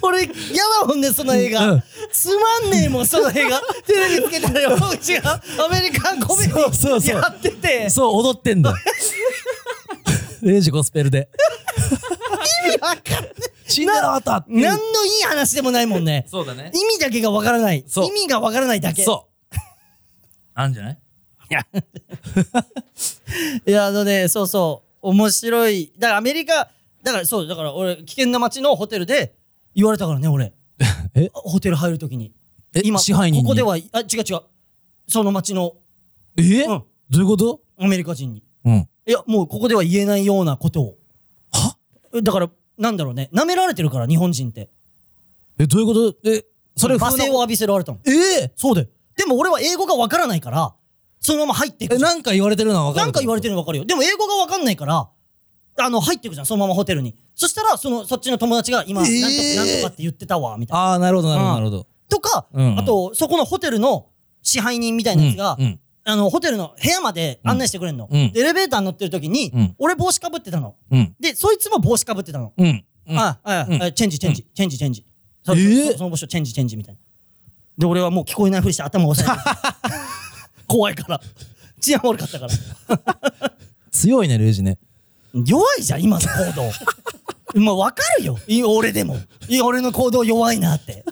Speaker 1: 俺、嫌だもんね、その映画。
Speaker 2: うん
Speaker 1: つまんねえもん、その 映画。テレビつけたらよ、うちがアメリカンコメデ
Speaker 2: そうそう
Speaker 1: ィ
Speaker 2: そう
Speaker 1: やってて、
Speaker 2: そう、踊っ てんだよ。レイジゴスペルで。
Speaker 1: 意味わかんない。
Speaker 2: 死んでなかったっていう
Speaker 1: 何のいい話でもないもんね。
Speaker 2: そうだね。
Speaker 1: 意味だけがわからない。意
Speaker 2: そう
Speaker 1: 味がわからないだけ。
Speaker 2: そう。あんじゃない
Speaker 1: いや、あのね、そうそう、面白い。だからアメリカ、だからそう、だから俺、危険な街のホテルで言われたからね、俺。
Speaker 2: え
Speaker 1: ホテル入るときに。
Speaker 2: え支配人に
Speaker 1: ここでは、あ、違う違う。その街の
Speaker 2: え、
Speaker 1: うん
Speaker 2: どういうこと
Speaker 1: アメリカ人に。
Speaker 2: うん。
Speaker 1: いや、もうここでは言えないようなことを。
Speaker 2: は
Speaker 1: えだから、なんだろうね。舐められてるから、日本人って。
Speaker 2: え、どういうことえ、それ
Speaker 1: 罵声を浴びせられたの。
Speaker 2: ええ
Speaker 1: そうだよ。でも俺は英語がわからないから、そのまま入っていく
Speaker 2: え、
Speaker 1: じゃん。
Speaker 2: なんか言われてるのは分かる
Speaker 1: なんか言われてるの分かるよ。でも英語が分かんないから、あの、入っていくじゃん、そのままホテルに。そしたら、その、そっちの友達が今、
Speaker 2: えー
Speaker 1: なんとかなんとかって言ってたわ、みたいな。
Speaker 2: ああ、なるほど、なるほど、なるほど。
Speaker 1: とか、
Speaker 2: うん
Speaker 1: あと、そこのホテルの支配人みたいなやつが、
Speaker 2: うん。
Speaker 1: あの、ホテルの部屋まで案内してくれんの。
Speaker 2: うん
Speaker 1: でエレベーターに乗ってる時に、
Speaker 2: うん
Speaker 1: 俺帽子かぶってたの。
Speaker 2: うん。
Speaker 1: で、そいつも帽子かぶってたの。
Speaker 2: うん。うん。
Speaker 1: あ、あ、
Speaker 2: うん
Speaker 1: あチェンジ、チェンジ、チェンジ、チェンジ。そ
Speaker 2: えー
Speaker 1: そその場所、チェンジ、チェンジみたいな。で、俺はもう聞こえないふりして頭を押さえ て。怖いから。治安悪かったから。
Speaker 2: 強いね、レイジね。
Speaker 1: 弱いじゃん、今の行 動。まあ、わかるよ。い俺でも。い俺の行動弱いなって。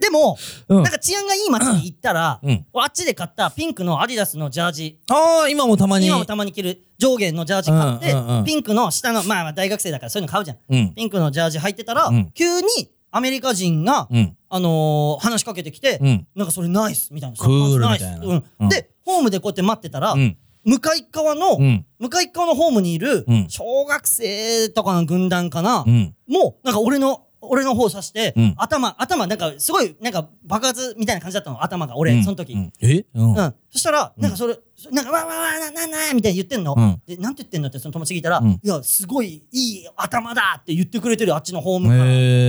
Speaker 1: でも、
Speaker 2: うん
Speaker 1: なんか治安がいい街に行ったら、
Speaker 2: うん
Speaker 1: あっちで買ったピンクのアディダスのジャージ、
Speaker 2: ああ、今もたまに。
Speaker 1: 今もたまに着る上下のジャージ買って、
Speaker 2: うんうんうん
Speaker 1: ピンクの下の、まあまあ大学生だからそういうの買うじゃん。
Speaker 2: うん。
Speaker 1: ピンクのジャージ履いてたら、
Speaker 2: うん
Speaker 1: 急にアメリカ人が、
Speaker 2: うん。
Speaker 1: あのー話しかけてきて、
Speaker 2: うん
Speaker 1: なんかそれナイスみたいな。
Speaker 2: クールみたい
Speaker 1: ナ
Speaker 2: な
Speaker 1: イスうん
Speaker 2: うん
Speaker 1: で、ホームでこうやって待ってたら、
Speaker 2: うん。
Speaker 1: 向かい側の、
Speaker 2: うん。
Speaker 1: 向かい側のホームにいる
Speaker 2: うん、
Speaker 1: 小学生とかの軍団かな、
Speaker 2: うん。
Speaker 1: もう、なんか俺の、俺の方指して、
Speaker 2: うん
Speaker 1: 頭、頭、なんかすごい、なんか爆発みたいな感じだったの、頭が、俺、
Speaker 2: うん
Speaker 1: その時。
Speaker 2: う
Speaker 1: うん
Speaker 2: んえうん。
Speaker 1: そしたら、なんかそれ、そなんか、わーわーわーな、な、な、みたいに言ってんの。
Speaker 2: うん
Speaker 1: で、なんて言ってんのってその友達聞いたら、
Speaker 2: うん
Speaker 1: いや、すごいいい頭だって言ってくれてる、あっちのホームから。
Speaker 2: へ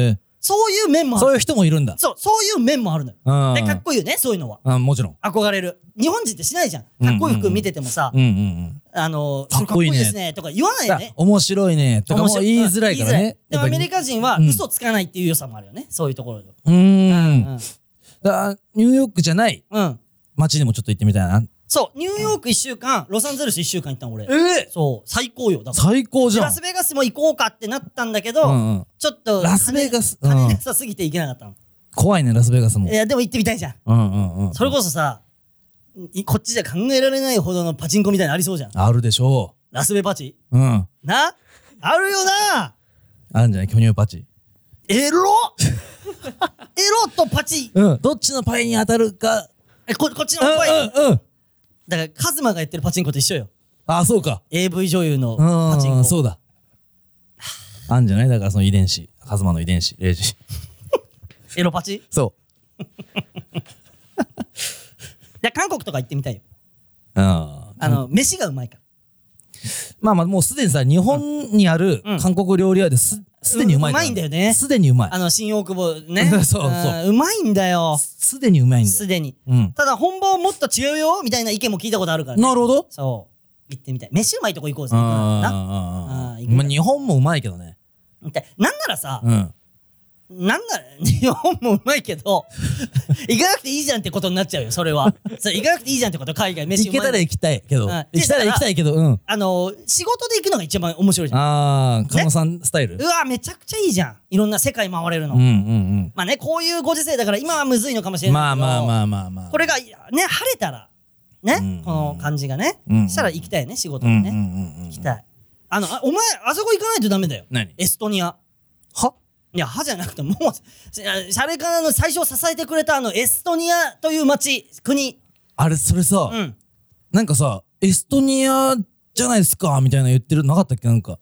Speaker 2: え。
Speaker 1: そういう面もあ
Speaker 2: そ
Speaker 1: る。
Speaker 2: ういう人もいるんだ。
Speaker 1: そう、そういう面もあるのよ。
Speaker 2: うん
Speaker 1: で、かっこいいよね、そういうのは。
Speaker 2: あもちろん。
Speaker 1: 憧れる。日本人ってしないじゃん。かっこいい服見ててもさ、
Speaker 2: うんうんうん。
Speaker 1: あの、
Speaker 2: かっこいいね
Speaker 1: それですね、とか言わないよ
Speaker 2: だ
Speaker 1: ね。
Speaker 2: 面白いね。とかも言いづらいから
Speaker 1: 言づ
Speaker 2: ね。
Speaker 1: でもアメリ
Speaker 2: カ。
Speaker 1: カ人は
Speaker 2: うん
Speaker 1: 嘘つかないっていう良さもあるよね。そういうところで。
Speaker 2: うーん。
Speaker 1: うん。
Speaker 2: だニューヨークじゃない
Speaker 1: うん。
Speaker 2: 街にもちょっと行ってみたいな。
Speaker 1: そう、ニューヨーク1週間、ロサンゼルス1週間行ったの俺。
Speaker 2: え
Speaker 1: そう、最高よ。だか
Speaker 2: 最高じ
Speaker 1: ら。
Speaker 2: ゃ
Speaker 1: ラ
Speaker 2: ん
Speaker 1: ス。ベガスも行こうかってなったんだけど、
Speaker 2: うんうん。
Speaker 1: ちょっと金、
Speaker 2: ラスベガスうん
Speaker 1: 金なさすぎて行けなかったの。
Speaker 2: 怖いね、ラスベガスも
Speaker 1: い。や、でも行ってみたいじゃん。
Speaker 2: うんうんうん。
Speaker 1: それこそさ、いこっちじゃ考えられないほどのパチンコみたいなのありそうじゃん。
Speaker 2: あるでしょ
Speaker 1: ラスベパチ
Speaker 2: う。うん。
Speaker 1: なあるよな
Speaker 2: あるんじゃない巨乳パチ。
Speaker 1: エロエロとパチ
Speaker 2: うん。どっちのパイに当たるか。
Speaker 1: えここっち
Speaker 2: う
Speaker 1: の
Speaker 2: ん
Speaker 1: 方がいい
Speaker 2: うんうん。
Speaker 1: だからカズマがやってるパチンコと一緒よ
Speaker 2: あ、そうか。
Speaker 1: AV 女優のパチン
Speaker 2: う
Speaker 1: コ
Speaker 2: ん、そうだ。あんじゃないだからその遺伝子。カズマの遺伝子、レイジ。
Speaker 1: エロパチ
Speaker 2: そ
Speaker 1: で韓国とか行ってみたいよ
Speaker 2: う。うん。ま
Speaker 1: あの、飯がうまいから
Speaker 2: あまあ、もうすでにさ、日本にある
Speaker 1: うん
Speaker 2: 韓国料理屋です、すでにうまいから。
Speaker 1: うまいんだよね
Speaker 2: すでにうまい
Speaker 1: あ。の新大久保ね
Speaker 2: そうそうん
Speaker 1: うまいんだよ
Speaker 2: すでにうまいんだ
Speaker 1: す
Speaker 2: よ。
Speaker 1: でに
Speaker 2: うん。
Speaker 1: ただ本場はもっと違うよみたいな意見も聞いたことあるから、ね、
Speaker 2: なるほど。
Speaker 1: そう行ってみたい飯うまいとこ行こうぜ
Speaker 2: うん。
Speaker 1: な
Speaker 2: ま
Speaker 1: あ
Speaker 2: あ
Speaker 1: いくら
Speaker 2: 日本もうまいけどね。
Speaker 1: みたいなんならさ、
Speaker 2: うん。
Speaker 1: なんなら、日本もうまいけど、 行かなくていいじゃんってことになっちゃうよ、それ は。それ行かなくていいじゃんってこと、海外飯
Speaker 2: 行
Speaker 1: う
Speaker 2: け
Speaker 1: まい
Speaker 2: たら行きたいけど。
Speaker 1: うん
Speaker 2: 行きたら行きたいけど、うん。
Speaker 1: あの、仕事で行くのが一番面白いじゃん。
Speaker 2: あー、カノさんスタイル。
Speaker 1: うわ、めちゃくちゃいいじゃん。いろんな世界回れるの。
Speaker 2: うんうん
Speaker 1: まあね、こういうご時世だから今はむずいのかもし
Speaker 2: う
Speaker 1: れ
Speaker 2: ん。
Speaker 1: な
Speaker 2: ま
Speaker 1: い
Speaker 2: あ
Speaker 1: けど。
Speaker 2: まあまあまあまあ。
Speaker 1: これが、ね、晴れたら、ね、
Speaker 2: うん
Speaker 1: この感じがね、
Speaker 2: うん
Speaker 1: したら行きたいね、仕事
Speaker 2: うん
Speaker 1: に
Speaker 2: うん
Speaker 1: ね。
Speaker 2: うんうん。
Speaker 1: 行きたい。あの、あお前、あそこ行かないとダメだよ。
Speaker 2: 何
Speaker 1: エストニア。はいや、はじゃなくて、もう、 しシャレカナの最初を支えてくれたあの、エストニアという町、国。
Speaker 2: あれ、それさ、
Speaker 1: うん。
Speaker 2: なんかさ、エストニアじゃないですか、みたいな言ってる、なかったっけなんか。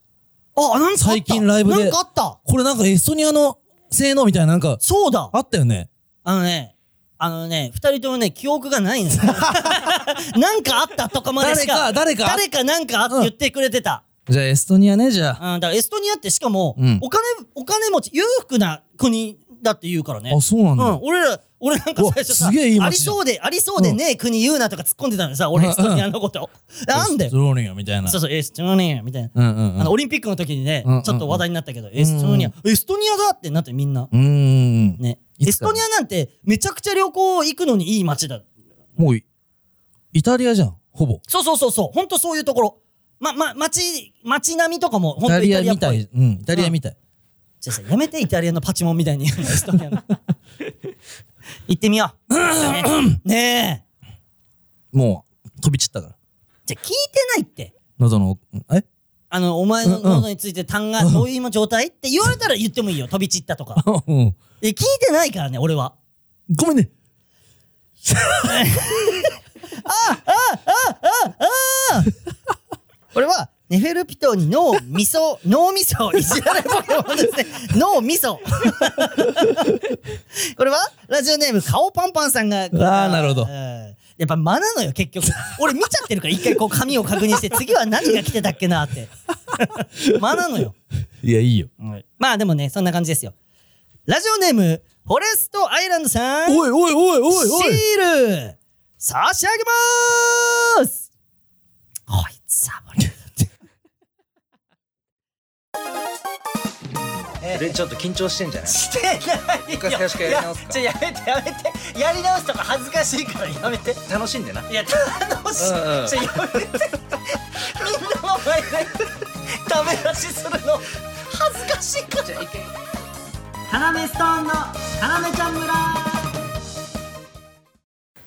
Speaker 1: あ、なんかあった
Speaker 2: 最近ライブで
Speaker 1: なんかあった。
Speaker 2: これなんかエストニアの性能みたいな、なんか、
Speaker 1: そうだ。
Speaker 2: あったよね。
Speaker 1: あのね、あのね、二人ともね、記憶がないん ですよ。なんかあったとかまでしか。
Speaker 2: 誰か誰か
Speaker 1: 誰かなんかあって言ってくれてた。
Speaker 2: じゃあエストニアね、じゃ
Speaker 1: うん、だからエストニアってしかも、
Speaker 2: うん
Speaker 1: お金、お金持ち、裕福な国だって言うからね。
Speaker 2: あ。あ、そうなん
Speaker 1: うん
Speaker 2: だ。、
Speaker 1: 俺ら、俺なんか
Speaker 2: うわ
Speaker 1: 最初さ、
Speaker 2: すげえいい街
Speaker 1: ありそうで、ありそうでねえ、国言うなとか突っ込んでたのにさ、俺エストニアのこと。なんだ
Speaker 2: エス
Speaker 1: よ。
Speaker 2: トニアみたいな。
Speaker 1: そうそう、エストニアみたいな。
Speaker 2: うんうんうん。
Speaker 1: あの、オリンピックの時にね
Speaker 2: うんうんうん、
Speaker 1: ちょっと話題になったけど、エストニア、エストニアだってなってみんな。
Speaker 2: うーん。
Speaker 1: ね。
Speaker 2: い
Speaker 1: エ
Speaker 2: つ
Speaker 1: ス
Speaker 2: から
Speaker 1: トニアなんて、めちゃくちゃ旅行行くのにいい街だ。
Speaker 2: もうい、イタリアじゃん、ほぼ。
Speaker 1: そうそうそうそう、ほんとそういうところ。ま、ま、街、街並みとかも、
Speaker 2: イ
Speaker 1: ほん
Speaker 2: タ
Speaker 1: とイ
Speaker 2: リ
Speaker 1: タ
Speaker 2: ア
Speaker 1: リアっ
Speaker 2: み
Speaker 1: ぽ
Speaker 2: た
Speaker 1: い。
Speaker 2: い。うん、イタリアみたい。
Speaker 1: じゃあさ、やめて、イタリアのパチモンみたいに言うの、エストニア の。行ってみよう。ねえ。
Speaker 2: もう、飛び散ったから。
Speaker 1: じゃあ聞いてないって。
Speaker 2: 喉の奥、んえ
Speaker 1: あの、お前の
Speaker 2: うんうん
Speaker 1: 喉について痰がどういう今状態って言われたら言ってもいいよ。飛び散ったと か。
Speaker 2: うん
Speaker 1: え、聞いてないからね、俺は。
Speaker 2: ごめんね。
Speaker 1: 俺は、ネフェルピトに脳み そ、脳みそ、いじられポケモンですね。脳みそ。これは、ラジオネーム、顔パンパンさんが。
Speaker 2: あーなるほど
Speaker 1: うんやっぱ間なのよ、結局。俺見ちゃってるから、一回こう紙を確認して、次は何が来てたっけなって。 間なのよ。
Speaker 2: いや、いいよ。
Speaker 1: まあでもね、そんな感じですよ。ラジオネーム、フォレストアイランドさん。
Speaker 2: おいおいおいおいおい
Speaker 1: シール差し上げまーすこいつサボりやがって
Speaker 2: で、ちょっと緊張してんじゃない
Speaker 1: してないよ
Speaker 2: 回差し替えやり直
Speaker 1: い
Speaker 2: すか
Speaker 1: やちょやめてやめてやり直すとか恥ずかしいからやめて
Speaker 2: 楽しんでな。
Speaker 1: いや楽しい、
Speaker 2: うんうん
Speaker 1: ちょやめてみんなの前でダメ出しするの恥ずかしいからカナメストーンのカナメちゃん村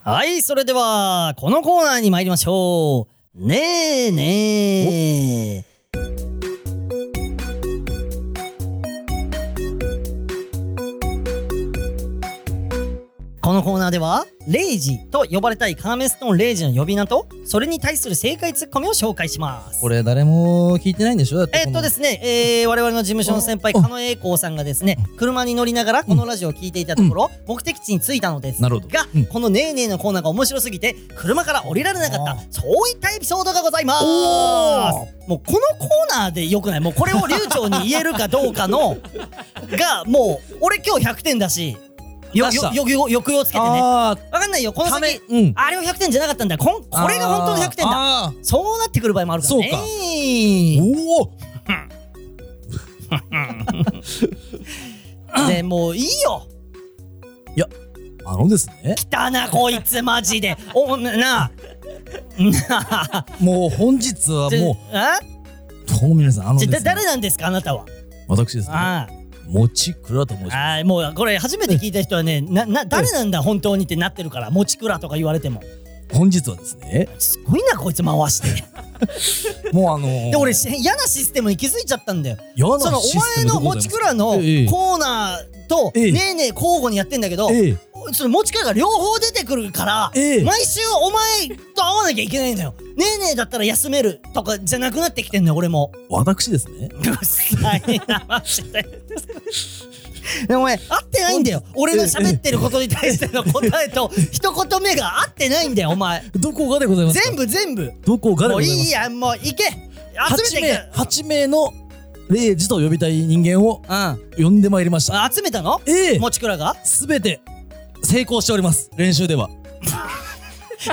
Speaker 1: はいそれではこのコーナーに参りましょうねえねえこのコーナーでは、レイジと呼ばれたいカナメストーンレイジの呼び名と、それに対する正解ツッコミを紹介します。
Speaker 2: これ誰も聞いてないんでしょだって
Speaker 1: えっとですね、えー、我々の事務所の先輩、
Speaker 2: お
Speaker 1: 狩野英孝さんがですね、車に乗りながらこのラジオを聞いていたところ、目的地に着いたのです
Speaker 2: な
Speaker 1: が
Speaker 2: るほどうん、
Speaker 1: このねえねえのコーナーが面白すぎて、車から降りられなかった
Speaker 2: あー、
Speaker 1: そういったエピソードがございます。もうこのコーナーでよくないもうこれを流暢に言えるかどうか の、が、もう、俺今日100点だし、よ、
Speaker 2: 出し
Speaker 1: よ、
Speaker 2: た
Speaker 1: よ、よ、抑揚つけてね。
Speaker 2: あ
Speaker 1: わかんないよ、こ
Speaker 2: あ、
Speaker 1: の
Speaker 2: ため
Speaker 1: 先、、
Speaker 2: うん。
Speaker 1: あれは100点じゃなかったんだ。こん、これが本当の100点だ。
Speaker 2: だ。
Speaker 1: そうなってくる場合もあるからね。
Speaker 2: そうかおお
Speaker 1: でもういいよ
Speaker 2: あのですね、
Speaker 1: 来たなこいつマジ でおななあなあ
Speaker 2: もう本日は
Speaker 1: ちょ
Speaker 2: も
Speaker 1: あ
Speaker 2: う、どうも皆さん、あので
Speaker 1: ち
Speaker 2: す
Speaker 1: ょだ
Speaker 2: ね、
Speaker 1: 誰なんですかあなたは
Speaker 2: 私ですね、
Speaker 1: あ
Speaker 2: もちくらと申し
Speaker 1: あ
Speaker 2: ます。
Speaker 1: ああもうこれ初めて聞いた人はねなな誰なんだ本当にってなってるからもちくらとか言われても
Speaker 2: 本日はですね、
Speaker 1: すごいなこいつ回して
Speaker 2: もうあのー、
Speaker 1: で俺し嫌なシステムに気づいちゃったんだよ
Speaker 2: 嫌な
Speaker 1: そのお
Speaker 2: システ
Speaker 1: 前
Speaker 2: ムで
Speaker 1: の
Speaker 2: ご
Speaker 1: も
Speaker 2: ざいます
Speaker 1: ちくらのコ
Speaker 2: ええ
Speaker 1: ーナーとね
Speaker 2: え
Speaker 1: え
Speaker 2: え
Speaker 1: ねえ交互にやってんだけど
Speaker 2: ええ
Speaker 1: そのもちくらが両方出てくるから、
Speaker 2: ええ
Speaker 1: 毎週お前と会わなきゃいけないんだよ。ねえねえだったら休めるとかじゃなくなってきてんだよ、俺も。
Speaker 2: 私ですね
Speaker 1: うっさいな、マジで。でもお前、合ってないん だよ。俺が喋ってることに対しての答えと、一言目が合ってないんだよ、お前。
Speaker 2: どこがでございますか
Speaker 1: 全部全部。
Speaker 2: どこがで
Speaker 1: もう
Speaker 2: ござい
Speaker 1: い
Speaker 2: ます
Speaker 1: いや、もう行け集めて
Speaker 2: 8名八名の0時と呼びたい人間を
Speaker 1: くうん。
Speaker 2: 呼んでまいりました
Speaker 1: あ集めたの
Speaker 2: ええ
Speaker 1: もちくらが
Speaker 2: すべて成功しております練習では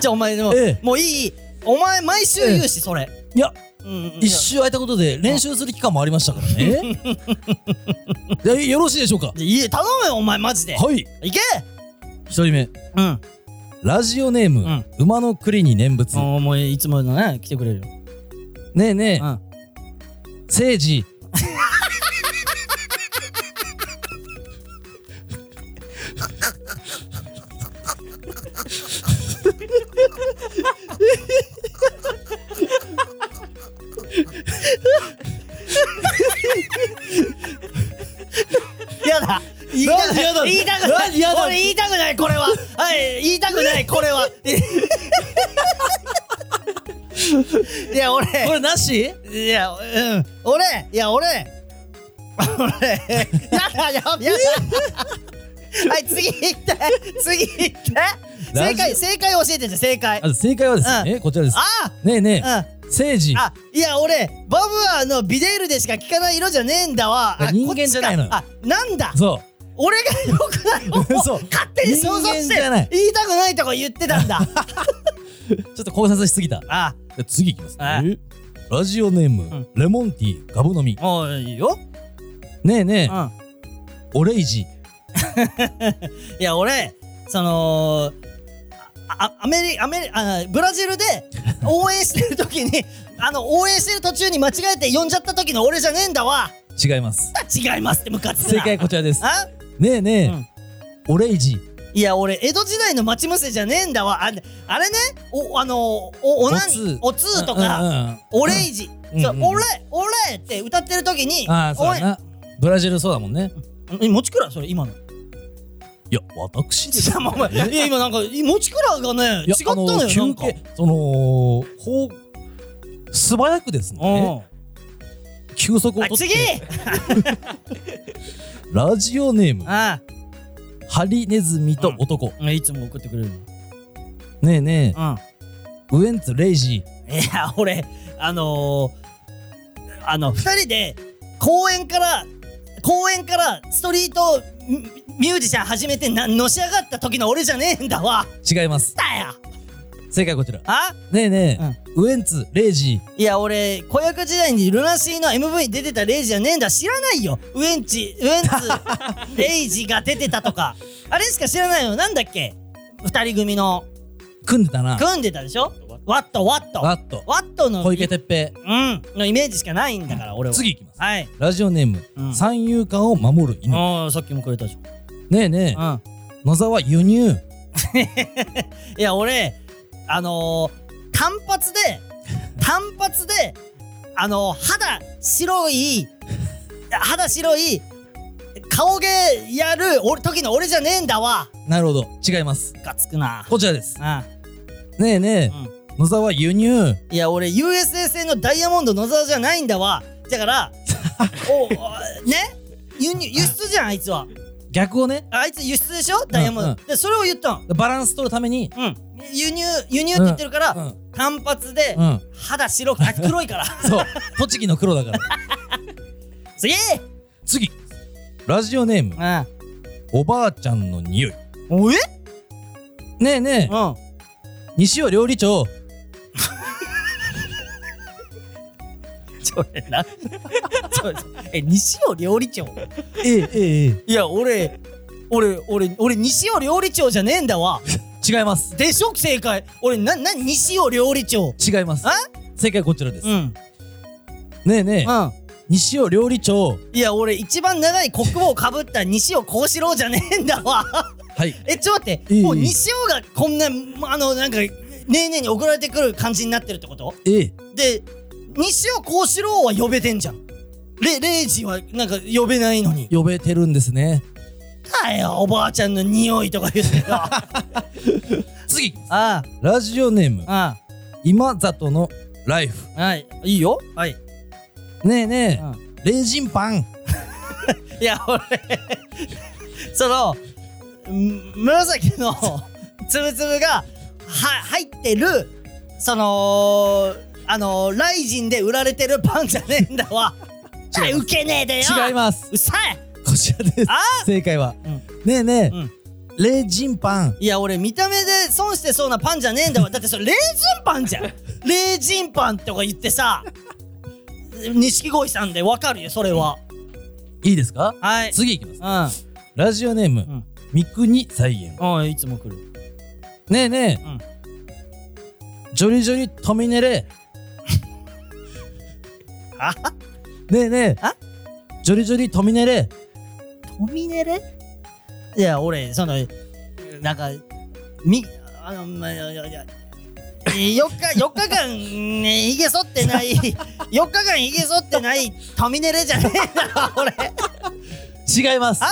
Speaker 1: じゃあお前でも
Speaker 2: ええ、
Speaker 1: もういい。お前毎週言うし、それ。
Speaker 2: いや
Speaker 1: うん
Speaker 2: 一周空いたことで練習する期間もありましたからね。でよろ しいでしょうか
Speaker 1: いやいや頼むよお前マジで
Speaker 2: はい。
Speaker 1: いけ
Speaker 2: 一人目。
Speaker 1: うん
Speaker 2: ラジオネーム、
Speaker 1: うん
Speaker 2: 馬の栗に念仏。ね
Speaker 1: お前いつものね来てくれるよ
Speaker 2: えねえ、
Speaker 1: うん
Speaker 2: せいじ。
Speaker 1: やだ言いたく
Speaker 2: なんでやだ
Speaker 1: ない言いたくな
Speaker 2: ない
Speaker 1: 俺言いたくない
Speaker 2: んでやだ
Speaker 1: これははい言いたくないこれ はいや俺
Speaker 2: これなし
Speaker 1: いや、うん、俺、いや、俺。 俺、やだ、やだ、やだ。はい、次行って、次行って。
Speaker 2: ラ
Speaker 1: 正
Speaker 2: ジ
Speaker 1: 解、
Speaker 2: オ
Speaker 1: 正解教えてじゃ、正解。あ
Speaker 2: あ正解はですね、こちらです。ねえね
Speaker 1: あ、
Speaker 2: え、せいじ
Speaker 1: うん、。あ、いや、俺、バブアーのビデールでしか聞かない色じゃねえんだわ。あ
Speaker 2: 人間じゃないのよ
Speaker 1: こっちかあ、なんだ。
Speaker 2: そ
Speaker 1: 俺が良くないのを。
Speaker 2: う。そう。
Speaker 1: 勝手に想像し
Speaker 2: 人間じ
Speaker 1: て
Speaker 2: ゃない
Speaker 1: 言いたくないとか言って たんだ
Speaker 2: ちょっと考察しすぎた。
Speaker 1: あ
Speaker 2: じゃあ次いきます
Speaker 1: あ
Speaker 2: ね。ラジオネーム、
Speaker 1: ん
Speaker 2: レモンティーガブ飲み。
Speaker 1: もういいよ、
Speaker 2: ねえね
Speaker 1: う
Speaker 2: え、
Speaker 1: ん、
Speaker 2: オレイジ。
Speaker 1: いや俺そのああアメリアメリあブラジ ルで応援してる時にあの応援してる途中に間違えて呼んじゃった時の俺じゃねえんだわ
Speaker 2: 違います。
Speaker 1: 違いますってムカつく
Speaker 2: 正
Speaker 1: な
Speaker 2: 解こちらです。
Speaker 1: あ
Speaker 2: ねえねえ、オレイジ。
Speaker 1: いや俺江戸時代の町娘じゃねえんだわああれねおあのおおなにおつーと
Speaker 2: うん
Speaker 1: か
Speaker 2: うんうん
Speaker 1: オレイジ
Speaker 2: うん
Speaker 1: そう
Speaker 2: うん
Speaker 1: オレオレって歌ってる時に
Speaker 2: ああ、そう
Speaker 1: お
Speaker 2: だ
Speaker 1: い
Speaker 2: な。ブラジルそうだもんね。
Speaker 1: え持ちくらそれ今の
Speaker 2: いや、私です
Speaker 1: いやお前いや今なんか持ちくらがね
Speaker 2: い
Speaker 1: 違
Speaker 2: や
Speaker 1: ったのよ
Speaker 2: あ
Speaker 1: な
Speaker 2: 休
Speaker 1: んか
Speaker 2: 憩、その、ほう、素早くですね。
Speaker 1: うん
Speaker 2: 休息を
Speaker 1: あ
Speaker 2: とっ
Speaker 1: 次
Speaker 2: て、ラジオネーム、
Speaker 1: あ
Speaker 2: ハリネズミと男。
Speaker 1: あいつも送ってくれるのうん
Speaker 2: ねえねえ、ウエンツ・レイジ。
Speaker 1: いや俺あのー、あの2人で公園から公園からストリートミミュージシャン始めてなのし上がった時の俺じゃねえんだわ
Speaker 2: 違います。
Speaker 1: だよ
Speaker 2: 正解こちら。
Speaker 1: あ
Speaker 2: ねえねえ、ウエンツ・レイジ。
Speaker 1: いや俺子役時代にルナシーの MV に出てたレイジじゃねえんだ知らないよウエンチウエンツレイジが出てたとかあれしか知らないよなんだっけ2人組の
Speaker 2: 組んでたな。
Speaker 1: 組んでたでしょワットワット
Speaker 2: わっと。
Speaker 1: ワットの
Speaker 2: 小池徹平。
Speaker 1: うん、のイメージしかないんだから、俺は。
Speaker 2: 次いきます。
Speaker 1: はい。
Speaker 2: ラジオネーム、
Speaker 1: うん
Speaker 2: 三遊間を守る犬。ね
Speaker 1: ああ、さっきもくれたじ
Speaker 2: えね
Speaker 1: ゃん。うん。
Speaker 2: え、野沢輸入。
Speaker 1: いや、俺、あのー、単 発で、単発で、あのー、肌白い、肌白い、顔芸やる俺時の俺じゃねえんだわ。
Speaker 2: なるほど。違います。
Speaker 1: がつくな。
Speaker 2: こちらです。
Speaker 1: う
Speaker 2: ねえね
Speaker 1: ん。
Speaker 2: え、野沢輸入。
Speaker 1: いや、俺、USA 製のダイヤモンド野沢じゃないんだわ。だ から、お、おね輸入輸出じゃん、あいつは。
Speaker 2: 逆をね、
Speaker 1: あいつ輸出でしょダイヤモンド、
Speaker 2: うんうん
Speaker 1: でそれを言ったん
Speaker 2: バランス取るために、
Speaker 1: うん輸入輸入って言ってるから、
Speaker 2: うん。
Speaker 1: 単発で、
Speaker 2: うん。
Speaker 1: 肌白くあ黒い から
Speaker 2: そう。栃木の黒だから。
Speaker 1: 次
Speaker 2: 次。ラジオネーム、
Speaker 1: う
Speaker 2: おばあちゃんの匂い。
Speaker 1: んおえ
Speaker 2: ねえねえ、
Speaker 1: うん
Speaker 2: 西尾料理長。
Speaker 1: ちょえな ちょえ西尾料理長
Speaker 2: えええええ
Speaker 1: いや俺俺俺俺西尾料理長じゃねえんだわ
Speaker 2: え。違います。
Speaker 1: でしょ正解俺なな西尾料理長
Speaker 2: 違います
Speaker 1: あ。
Speaker 2: 正解こちらです。
Speaker 1: うんうん
Speaker 2: ねえねえ、西尾料理長。
Speaker 1: いや俺一番長い国王かぶった西尾幸四郎じゃねえんだわ
Speaker 2: はい。
Speaker 1: えちょっと待って、
Speaker 2: いい
Speaker 1: もう西尾がこんなあのなんかねえねえに送られてくる感じになってるってこと
Speaker 2: ええ。
Speaker 1: で西尾幸四郎は呼べてんじゃんレレイジはなんか呼べないのに
Speaker 2: 呼べてるんですね。
Speaker 1: だよおばあちゃんの匂いとか言って たあ
Speaker 2: 次。
Speaker 1: あ
Speaker 2: ラジオネーム、
Speaker 1: あ
Speaker 2: 今里のライフ。
Speaker 1: あはいいいよはい
Speaker 2: ねえね
Speaker 1: う
Speaker 2: え、レイジンパン。
Speaker 1: いや俺そのん紫のつぶつぶがは入ってるそのあのライジンで売られてるパンじゃねえんだわ
Speaker 2: 違い
Speaker 1: ウケねえでよ
Speaker 2: 違います。
Speaker 1: うさい
Speaker 2: こちらです。
Speaker 1: あ
Speaker 2: 正解は。
Speaker 1: うん
Speaker 2: ねえねえ、
Speaker 1: うん
Speaker 2: レイジンパン。
Speaker 1: いや俺見た目で 損してそうなパンじゃねえんだわだってそれレーズンパンじゃんレージンパンとか言ってさ錦鯉さんでわかるよそれはい
Speaker 2: いですか
Speaker 1: はい
Speaker 2: 次いきます。
Speaker 1: うん
Speaker 2: ラジオネーム、
Speaker 1: うん
Speaker 2: 三国再現。
Speaker 1: あいつも来る
Speaker 2: ねえねえ、
Speaker 1: うん
Speaker 2: ジョリジョリトミネレ
Speaker 1: あ
Speaker 2: ねえね
Speaker 1: あ
Speaker 2: えジョリジョリトミネレ
Speaker 1: トミネレいや俺そのなんかみあのまあいやいやいや4日4日間ねひげ剃ってない4日間ひげ剃ってないトミネレじゃねえな俺
Speaker 2: 違います
Speaker 1: あ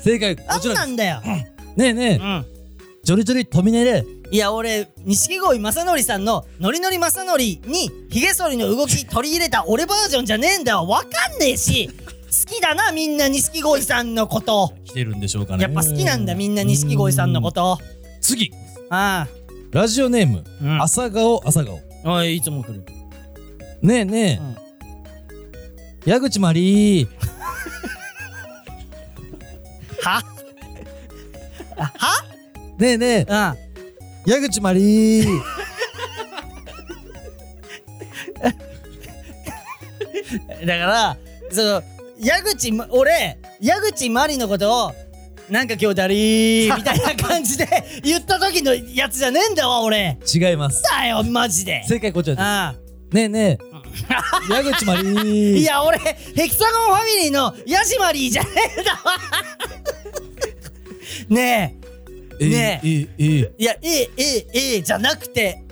Speaker 2: 正解こち
Speaker 1: 何な
Speaker 2: らです
Speaker 1: んだよ、
Speaker 2: ねえねえ
Speaker 1: うん、
Speaker 2: ジョリジョリトミネレ
Speaker 1: いや俺錦鯉正則さんの「ノリノリ正則」にひげ剃りの動き取り入れた俺バージョンじゃねえんだよわかんねえし好きだなみんな錦鯉さんのこと
Speaker 2: 来てるんでしょうかね
Speaker 1: やっぱ好きなんだみんな錦鯉さんのこと
Speaker 2: 次
Speaker 1: あ
Speaker 2: ラジオネーム、
Speaker 1: うん
Speaker 2: 朝顔朝顔
Speaker 1: あおいいつも来る
Speaker 2: ねえねえ、矢口まりー
Speaker 1: は は
Speaker 2: ねえね
Speaker 1: うん
Speaker 2: え矢口まりー
Speaker 1: だから、その、矢口ま、俺、矢口まりのことを、なんか今日だりー、みたいな感じで言った時のやつじゃねえんだわ、俺。
Speaker 2: 違います
Speaker 1: だよ、マジで。
Speaker 2: 正解こちらで
Speaker 1: ああ
Speaker 2: すねえねえ矢口まりー
Speaker 1: いや、俺、ヘキサゴンファミリーのヤジマリーじゃねえんだわ。 ね
Speaker 2: えー
Speaker 1: ねえ
Speaker 2: えーえー
Speaker 1: え、いや、ええ、ええ、ええ、じゃなくて、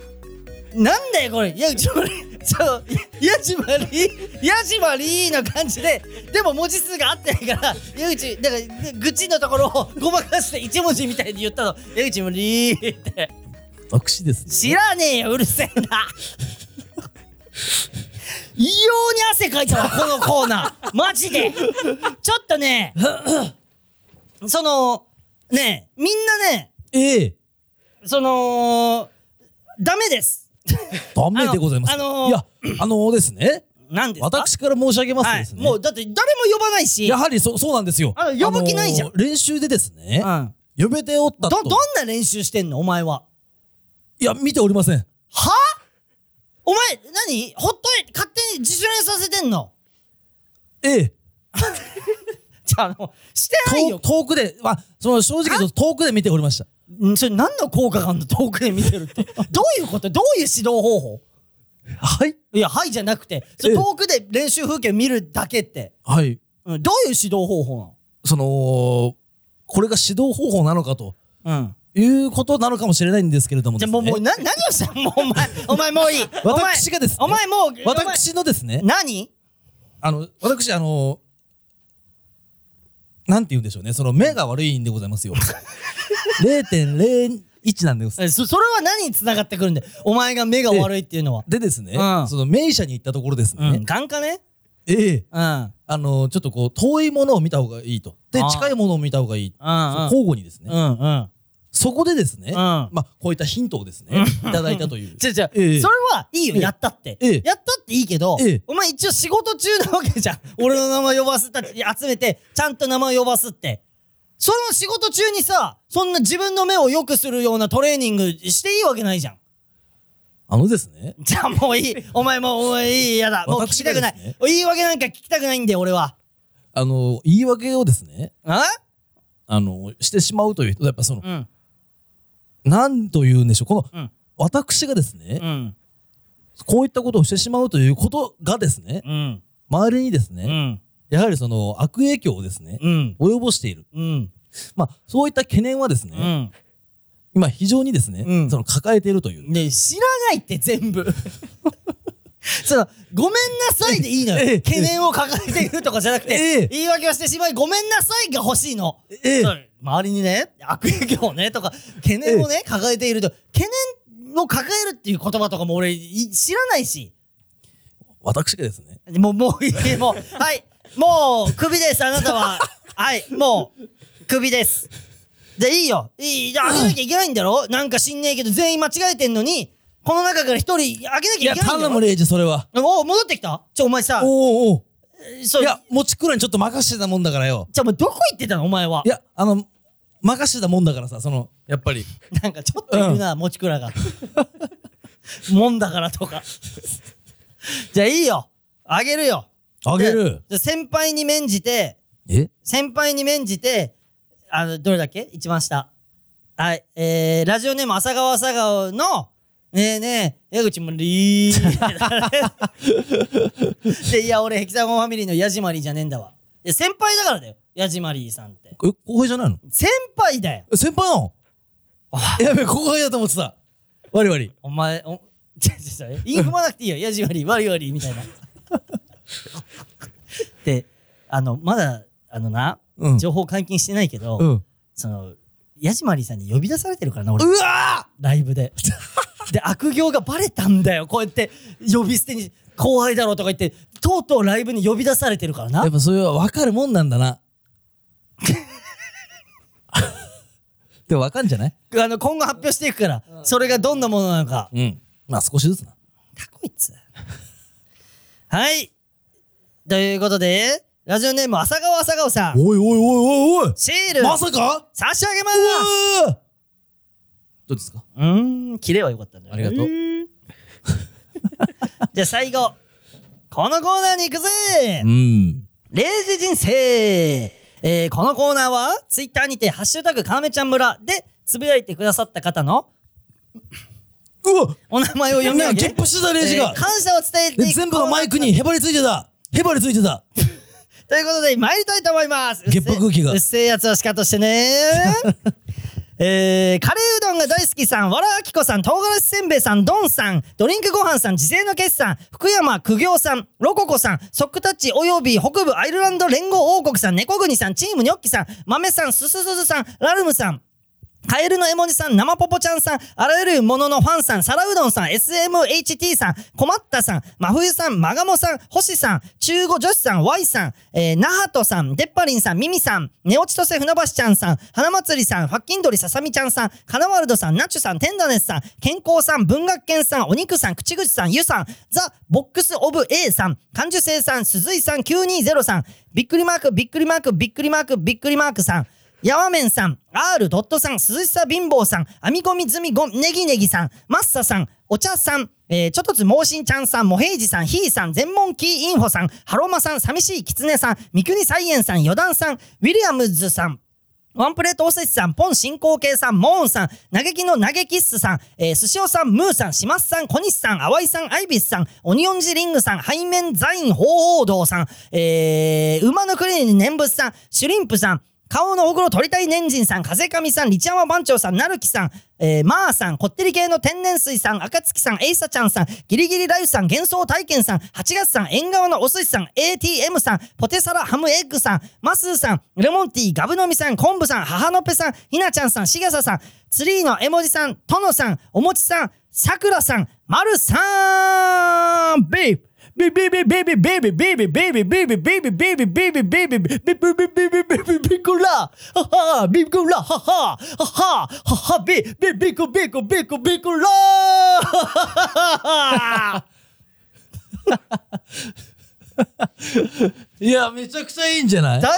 Speaker 1: なんだよ、これ、矢口まり、そう、ヤジマリー、ヤジマリーの感じで、でも文字数が合ってないから、矢口、だから、愚痴のところをごまかして一文字みたいに言ったの、矢口まりーって。
Speaker 2: 爆死です
Speaker 1: 知らねえようるせえな異様に汗かいたわこのコーナーマジでちょっとねそのねみんなね
Speaker 2: ええ
Speaker 1: そのダメです
Speaker 2: ダメでございます。
Speaker 1: あの
Speaker 2: いや、あのですね、
Speaker 1: なんですか
Speaker 2: 私から申し上げますと
Speaker 1: は
Speaker 2: で
Speaker 1: い
Speaker 2: す、ね、
Speaker 1: もうだって誰も呼ばないし
Speaker 2: やはりそそうなんですよ。
Speaker 1: あ呼ぶ気ないじゃん
Speaker 2: あの練習でですね、
Speaker 1: うん
Speaker 2: 呼べておった
Speaker 1: ど
Speaker 2: と。
Speaker 1: どんな練習してんのお前はい
Speaker 2: や、見ておりません。
Speaker 1: はお前何ほっとい勝手に自主練させてんの
Speaker 2: ええ。
Speaker 1: じゃああのしてない
Speaker 2: 遠
Speaker 1: よ
Speaker 2: 遠くで、まあ、その正直言うと遠くで見ておりました。
Speaker 1: んそれ何の効果があるの遠くで見てる って。どういうことどういう指導方法
Speaker 2: はい。
Speaker 1: いや、はいじゃなくて、それ
Speaker 2: ええ
Speaker 1: 遠くで練習風景見るだけって。
Speaker 2: はい。
Speaker 1: うん、どういう指導方法
Speaker 2: その、これが指導方法なのかと
Speaker 1: なのうん。
Speaker 2: いうことなのかもしれないんですけれども
Speaker 1: じ
Speaker 2: で
Speaker 1: ゃあ
Speaker 2: す
Speaker 1: も
Speaker 2: ね。
Speaker 1: う、もう、な、何をしたもう、お 前、お前もういい。お前
Speaker 2: 私がですね
Speaker 1: お前もう、お前、
Speaker 2: 私のですね、
Speaker 1: 何
Speaker 2: あの、私、あの、なんて言うんでしょうね。その目が悪いんでございま すよ。0.01なんです。
Speaker 1: えそ、それは何に繋がってくるんだよ。お前が目が悪いっていうのは。
Speaker 2: でですね、
Speaker 1: うん
Speaker 2: その名医者に行ったところですね、
Speaker 1: うん。眼科ね
Speaker 2: ええ
Speaker 1: うん。うん。
Speaker 2: あのちょっとこう遠いものを見た方がいいと。で
Speaker 1: あー、
Speaker 2: 近いものを見た方がいい。
Speaker 1: うん。
Speaker 2: 交互にですね、
Speaker 1: うん。うん。
Speaker 2: そこでですね、
Speaker 1: ん
Speaker 2: まあこういったヒントをですね、いただいたという。
Speaker 1: じゃじゃそ
Speaker 2: え
Speaker 1: れ
Speaker 2: え
Speaker 1: はいいよ、
Speaker 2: ええ
Speaker 1: やったって。
Speaker 2: ええ
Speaker 1: やったっていいけど
Speaker 2: ええ、
Speaker 1: お前一応仕事中なわけじゃん。 俺の名前呼ばすたち集めて、ちゃんと名前呼ばすって。その仕事中にさ、そんな自分の目を良くするようなトレーニングしていいわけないじゃん。
Speaker 2: あのですね、
Speaker 1: じゃあもういい。お前もう、お前いい、やだ。もう聞き
Speaker 2: 私
Speaker 1: た
Speaker 2: が
Speaker 1: く
Speaker 2: で
Speaker 1: な
Speaker 2: すね
Speaker 1: い。言い訳なんか聞きたくないんだよ、俺は。
Speaker 2: あの言い訳をですね、
Speaker 1: あ
Speaker 2: あのしてしまうという人、やっぱその、
Speaker 1: うん。
Speaker 2: なんというんでしょう、この、
Speaker 1: うん
Speaker 2: 私がですね、
Speaker 1: うん。
Speaker 2: こういったことをしてしまうということがですね、
Speaker 1: うん。
Speaker 2: 周りにです
Speaker 1: う
Speaker 2: ね、
Speaker 1: ん。
Speaker 2: やはりその悪影響をですね、
Speaker 1: うん。
Speaker 2: 及ぼしている。
Speaker 1: うん。
Speaker 2: まあそういった懸念はですね、
Speaker 1: うん。
Speaker 2: 今非常にですね、
Speaker 1: うん
Speaker 2: その抱えているという。
Speaker 1: ねえ知らないって全部 そのごめんなさいでいいの
Speaker 2: え
Speaker 1: よ
Speaker 2: え
Speaker 1: 懸念を抱えているとかじゃなくて、
Speaker 2: ええ
Speaker 1: 言い訳をしてしまいごめんなさいが欲しいの、
Speaker 2: ええ
Speaker 1: そう周りにね悪影響をねとか懸念をね、抱えていると懸念を抱えるっていう言葉とかも俺い知らないし
Speaker 2: 私がですね、
Speaker 1: もうもういいもうはいもうクビですあなたははいもうクビですでいいよいいじゃあげなきゃいけないんだろなんか知んねえけど全員間違えてんのにこの中から一人あげなきゃいけない
Speaker 2: いや、
Speaker 1: んだろ
Speaker 2: 頼む、レイジ、それは。
Speaker 1: おう戻ってきたちょお前さ
Speaker 2: おうおう
Speaker 1: そう
Speaker 2: い
Speaker 1: い
Speaker 2: や、持ちくらにちょっと任してたもんだからよ。
Speaker 1: じゃあお前どこ行ってたのお前はい
Speaker 2: や、あの、任してたもんだからさ、その、やっぱり。
Speaker 1: なんかちょっといるな、もちくらがもんだからとかじゃあいいよあげるよ。
Speaker 2: あげる。
Speaker 1: で先輩に免じて、
Speaker 2: え
Speaker 1: 先輩に免じて、あの、どれだっけ一番下。はい。えー、ラジオネーム朝顔朝顔の、ねえねえ、江口もりー。で、いや、俺、ヘキサゴンファミリーのヤジマリーじゃねえんだわ。いや、先輩だからだよ。ヤジマリーさんって。
Speaker 2: え、後輩じゃないの
Speaker 1: 先輩だよ。
Speaker 2: え先輩なのやべ、後輩だと思ってた。わりわり。
Speaker 1: お前、お、ちょちょちょ、言い踏まなくていいよ。ヤジ割り、割り割り、みたいな。で、あの、まだ、あのな、
Speaker 2: うん
Speaker 1: 情報解禁してないけど、
Speaker 2: うん。う
Speaker 1: その、ヤジマリーさんに呼び出されてるからな、俺、
Speaker 2: わ
Speaker 1: ライブで。 で、悪行がバレたんだよ。こうやって、呼び捨てに、後輩だろうとか言って、とうとうライブに呼び出されてるから
Speaker 2: ー
Speaker 1: な
Speaker 2: やっ。ぱそれは分かるもんなんだ な。でも分かんじゃない
Speaker 1: あの、今後発表していくから、それがどんなものなのか。
Speaker 2: うん。まあ少しずつな。
Speaker 1: たこいつ。 はい。ということで、ラジオネーム、朝顔朝顔さん。
Speaker 2: おいおいおいおいおい
Speaker 1: シール
Speaker 2: まさか
Speaker 1: 差し上げま
Speaker 2: う
Speaker 1: す
Speaker 2: わーどうですか
Speaker 1: うーん、キレは良かったね。
Speaker 2: ありがとう
Speaker 1: ーん。 じゃあ最後、このコーナーに行くぜ
Speaker 2: うん。
Speaker 1: レイジ人生えー、このコーナーは、ツイッターにて、ハッシュタグ、かめちゃん村で、つぶやいてくださった方の、
Speaker 2: うわ
Speaker 1: お名前を読み上
Speaker 2: なんか
Speaker 1: げ、
Speaker 2: ゲップしてたレイジが
Speaker 1: えー感謝を伝えて
Speaker 2: で
Speaker 1: いく
Speaker 2: 全部のマイクにへばりついてたへばりついてた
Speaker 1: ということで、参りたいと思います。
Speaker 2: ゲップ空気が
Speaker 1: うっせえやつはしかとしてね。 えー、カレーうどんが大好きさん、わらあきこさん、唐辛子せんべいさん、どんさん、ドリンクご飯さん、自制の決さん、福山苦行さん、ロココさん、ソックタッチおよび北部アイルランド連合王国さん、猫国さん、チームニョッキさん、豆さん、すすすずさん、ラルムさん、カエルの絵文字さん、生ポポちゃんさん、あらゆるもののファンさん、皿うどんさん、SMHT さん、困ったさん、真冬さん、まがもさん、星さん、中五女子さん、Y さん、えー、なはとさん、でっぱりんさん、みみさん、ねおちとせ船橋ちゃんさん、花祭りさん、ファッキンドリささみちゃんさん、カナワルドさん、ナチュさん、テンダネスさん、健康さん、文学研さん、お肉さん、口口さん、ゆさん、ザ・ボックス・オブ・ A さん、感受性さん、鈴井さん、920さん、びっくりマーク、びっくりマーク、びっくりマーク、びっくりマークさん、ヤワメンさん、R. ドットさん、涼しさ貧乏さん、編み込み済みご、ネギネギさん、マッサさん、お茶さん、えー、ちょっとつ猛進ちゃんさん、モヘイジさん、ヒーさん、全問キーインフォさん、ハロマさん、寂しいキツネさん、三国サイエンさん、ヨダンさん、ウィリアムズさん、ワンプレートおせちさん、ポン進行形さん、モーンさん、嘆きの嘆きっすさん、えー、寿司おさん、ムーさん、しますさん、小西さん、淡井さん、アイビスさん、オニオンジリングさん、背面ザイン、鳳凰堂さん、えー、馬のクリーン、念仏さん、シュリンプさん、顔のほくろ取りたい年人さん、風上さん、立山番長さん、なるきさん、えー、まーさん、こってり系の天然水さん、赤月さん、エイサちゃんさん、ギリギリライフさん、幻想体験さん、8月さん、縁側のお寿司さん、ATM さん、ポテサラハムエッグさん、マスーさん、レモンティー、ガブ飲みさん、昆布さん、母のっぺさん、ひなちゃんさん、しげささん、ツリーの絵文字さん、とのさん、おもちさん、さくらさん、まるさん、ベイブ
Speaker 2: いやめちゃくちゃいいんじゃない
Speaker 1: だい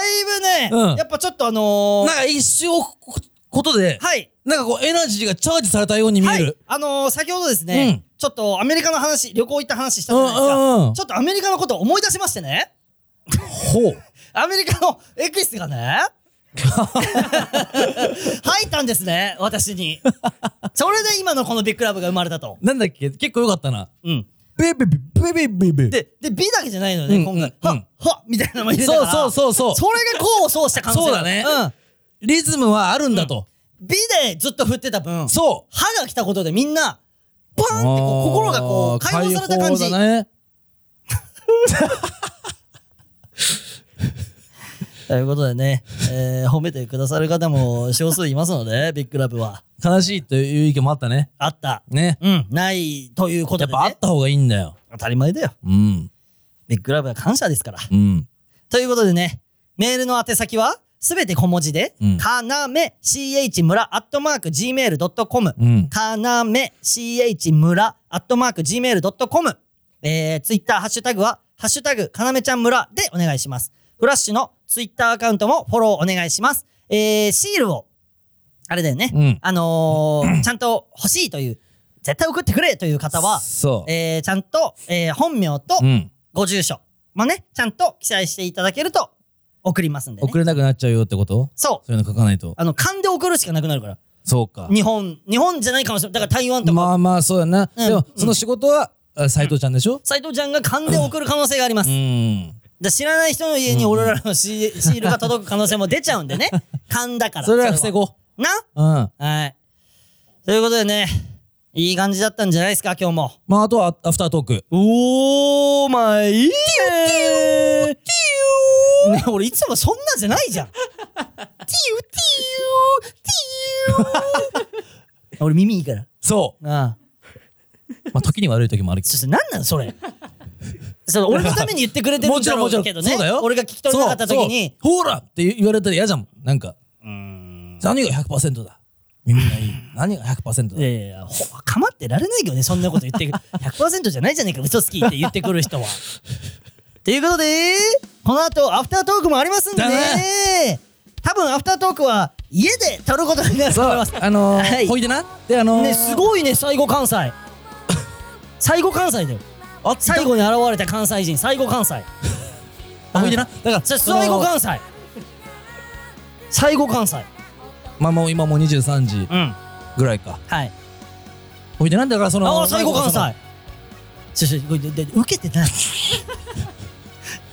Speaker 1: ぶね、
Speaker 2: うん
Speaker 1: やっぱちょっとあのー
Speaker 2: なんか一瞬置くことで、
Speaker 1: はい。
Speaker 2: なんかこうエナジーがチャージされたように見
Speaker 1: は
Speaker 2: え
Speaker 1: い
Speaker 2: る。。
Speaker 1: あのー先ほどですね、ちょっとアメリカの話、旅行行った話したじゃないですか。
Speaker 2: うんうんうん
Speaker 1: ちょっとアメリカのことを思い出しましてね、
Speaker 2: ほう。
Speaker 1: アメリカのエクイスが ね、入ったんですね、私に。それで今のこのビッグラブが生まれたと。
Speaker 2: なんだっけ結構良かったな。
Speaker 1: うん。
Speaker 2: ベベベベベベベ。
Speaker 1: で、で、B だけじゃないのよね、
Speaker 2: うん
Speaker 1: 今回。
Speaker 2: うん
Speaker 1: はっ、はっ、みたいなのも入れたか
Speaker 2: そ
Speaker 1: ら
Speaker 2: うそうそうそう。
Speaker 1: それが功を奏した感じ
Speaker 2: そうだね
Speaker 1: うん。
Speaker 2: リズムはあるんだと。
Speaker 1: B でずっと振ってた分、
Speaker 2: そう。
Speaker 1: 歯が来たことでみんな、バーンってこう心がこう
Speaker 2: あー
Speaker 1: 解放された感じ。
Speaker 2: 解放だね。
Speaker 1: ということでね、えー褒めてくださる方も少数いますので、 ビッグラブは。
Speaker 2: 悲しいという意見もあったね。
Speaker 1: あった。
Speaker 2: ね。
Speaker 1: うん、ないということ
Speaker 2: やっ
Speaker 1: で、
Speaker 2: ぱあ
Speaker 1: ね
Speaker 2: っ。た方がいいんだよ。
Speaker 1: 当たり前だよ。
Speaker 2: うん。
Speaker 1: ビッグラブは感謝ですから。
Speaker 2: うん。
Speaker 1: ということでね、メールの宛先は、すべて小文字で、
Speaker 2: うん
Speaker 1: かなめ ch 村アットマーク gmail.com、
Speaker 2: うん
Speaker 1: かなめ ch 村アットマーク gmail.com、えー、ツイッターハッシュタグは、ハッシュタグかなめちゃん村でお願いします。フラッシュのツイッターアカウントもフォローお願いします。えー、シールを、あれだよね、
Speaker 2: うん
Speaker 1: あの ーちゃんと欲しいという、絶対送ってくれという方は、
Speaker 2: そう。
Speaker 1: えー、ちゃんと、えー、本名と、
Speaker 2: うん。
Speaker 1: ご住所もね、ちゃんと記載していただけると送りますんでね
Speaker 2: 送。れなくなっちゃうよってこと
Speaker 1: そう。
Speaker 2: そういうの書かないと。
Speaker 1: あの、勘で送るしかなくなるから。
Speaker 2: そうか。
Speaker 1: 日本、日本じゃないかもしれない。だから台湾とか、
Speaker 2: まあまあ、そうやな。
Speaker 1: うん
Speaker 2: でも、その仕事は、斎藤ちゃんでしょ
Speaker 1: 斉藤ちゃんが勘で送る可能性があります。
Speaker 2: う
Speaker 1: だか
Speaker 2: ん。
Speaker 1: ら知らない人の家に俺らのシ,、シールが届く可能性も出ちゃうんでね。勘だから。
Speaker 2: それは防ご
Speaker 1: う。な
Speaker 2: う。うん。
Speaker 1: はい。ということでね、いい感じだったんじゃないですか、今日も。
Speaker 2: まあ、あとはアフタートーク。
Speaker 1: おーまあいいねね俺いつもそんなじゃないじゃん。ティウティウティウ俺耳いいから。
Speaker 2: そう。
Speaker 1: ああ。
Speaker 2: まあ、時に悪い時もあるけ
Speaker 1: そして何なのそれ。それ俺のために言ってくれて
Speaker 2: ど。
Speaker 1: る
Speaker 2: も
Speaker 1: ん
Speaker 2: ち
Speaker 1: だ
Speaker 2: ろん、
Speaker 1: ろう
Speaker 2: もちろ。
Speaker 1: んけど
Speaker 2: そ
Speaker 1: ね
Speaker 2: うだ。よ。
Speaker 1: 俺が聞き取れなかった時に。
Speaker 2: そう。そうほらって言われたら嫌じゃん。なんか、
Speaker 1: うーん。
Speaker 2: 何が100%だ耳がいい。何が100%だ
Speaker 1: いやいやいや、ほかまってられないけどね、そんなこと言ってくる。100%じゃない じゃねえか、嘘つきって言ってくる人は。 ということで、この後、アフタートークもありますんで
Speaker 2: だ
Speaker 1: ね。多分、アフタートークは、家で撮ることになると
Speaker 2: そう
Speaker 1: 思います。、
Speaker 2: あのー
Speaker 1: はい
Speaker 2: ほいでな。で、あのー、
Speaker 1: ね、すごいね、最後関 西。最後関西だよ。
Speaker 2: あ
Speaker 1: 最後に現れた関西人、最後関西。
Speaker 2: あほいでな。だから、
Speaker 1: じゃあ
Speaker 2: その
Speaker 1: 最後関西。最後関西。
Speaker 2: まあもう今もう23時
Speaker 1: うん。
Speaker 2: ぐらいか。
Speaker 1: はい。
Speaker 2: ほいでなんだからその、
Speaker 1: ああ、最後関
Speaker 2: その
Speaker 1: 西。ちょちょこれで、で受けて ない。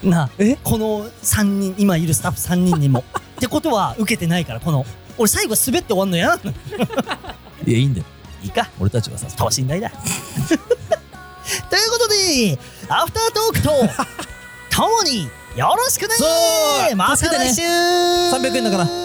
Speaker 1: なあ
Speaker 2: え
Speaker 1: この三人、今いるスタッフ三人にも。ってことは、受けてないから、この、俺最後滑って終わんのやなの。
Speaker 2: いや、いいんだよ。
Speaker 1: いいか。
Speaker 2: 俺たちがさ、
Speaker 1: 等身大だ。 ということで、アフタートークと、ともに、よろしくね
Speaker 2: そう
Speaker 1: また
Speaker 2: 助けてね
Speaker 1: 来週300
Speaker 2: 300円だから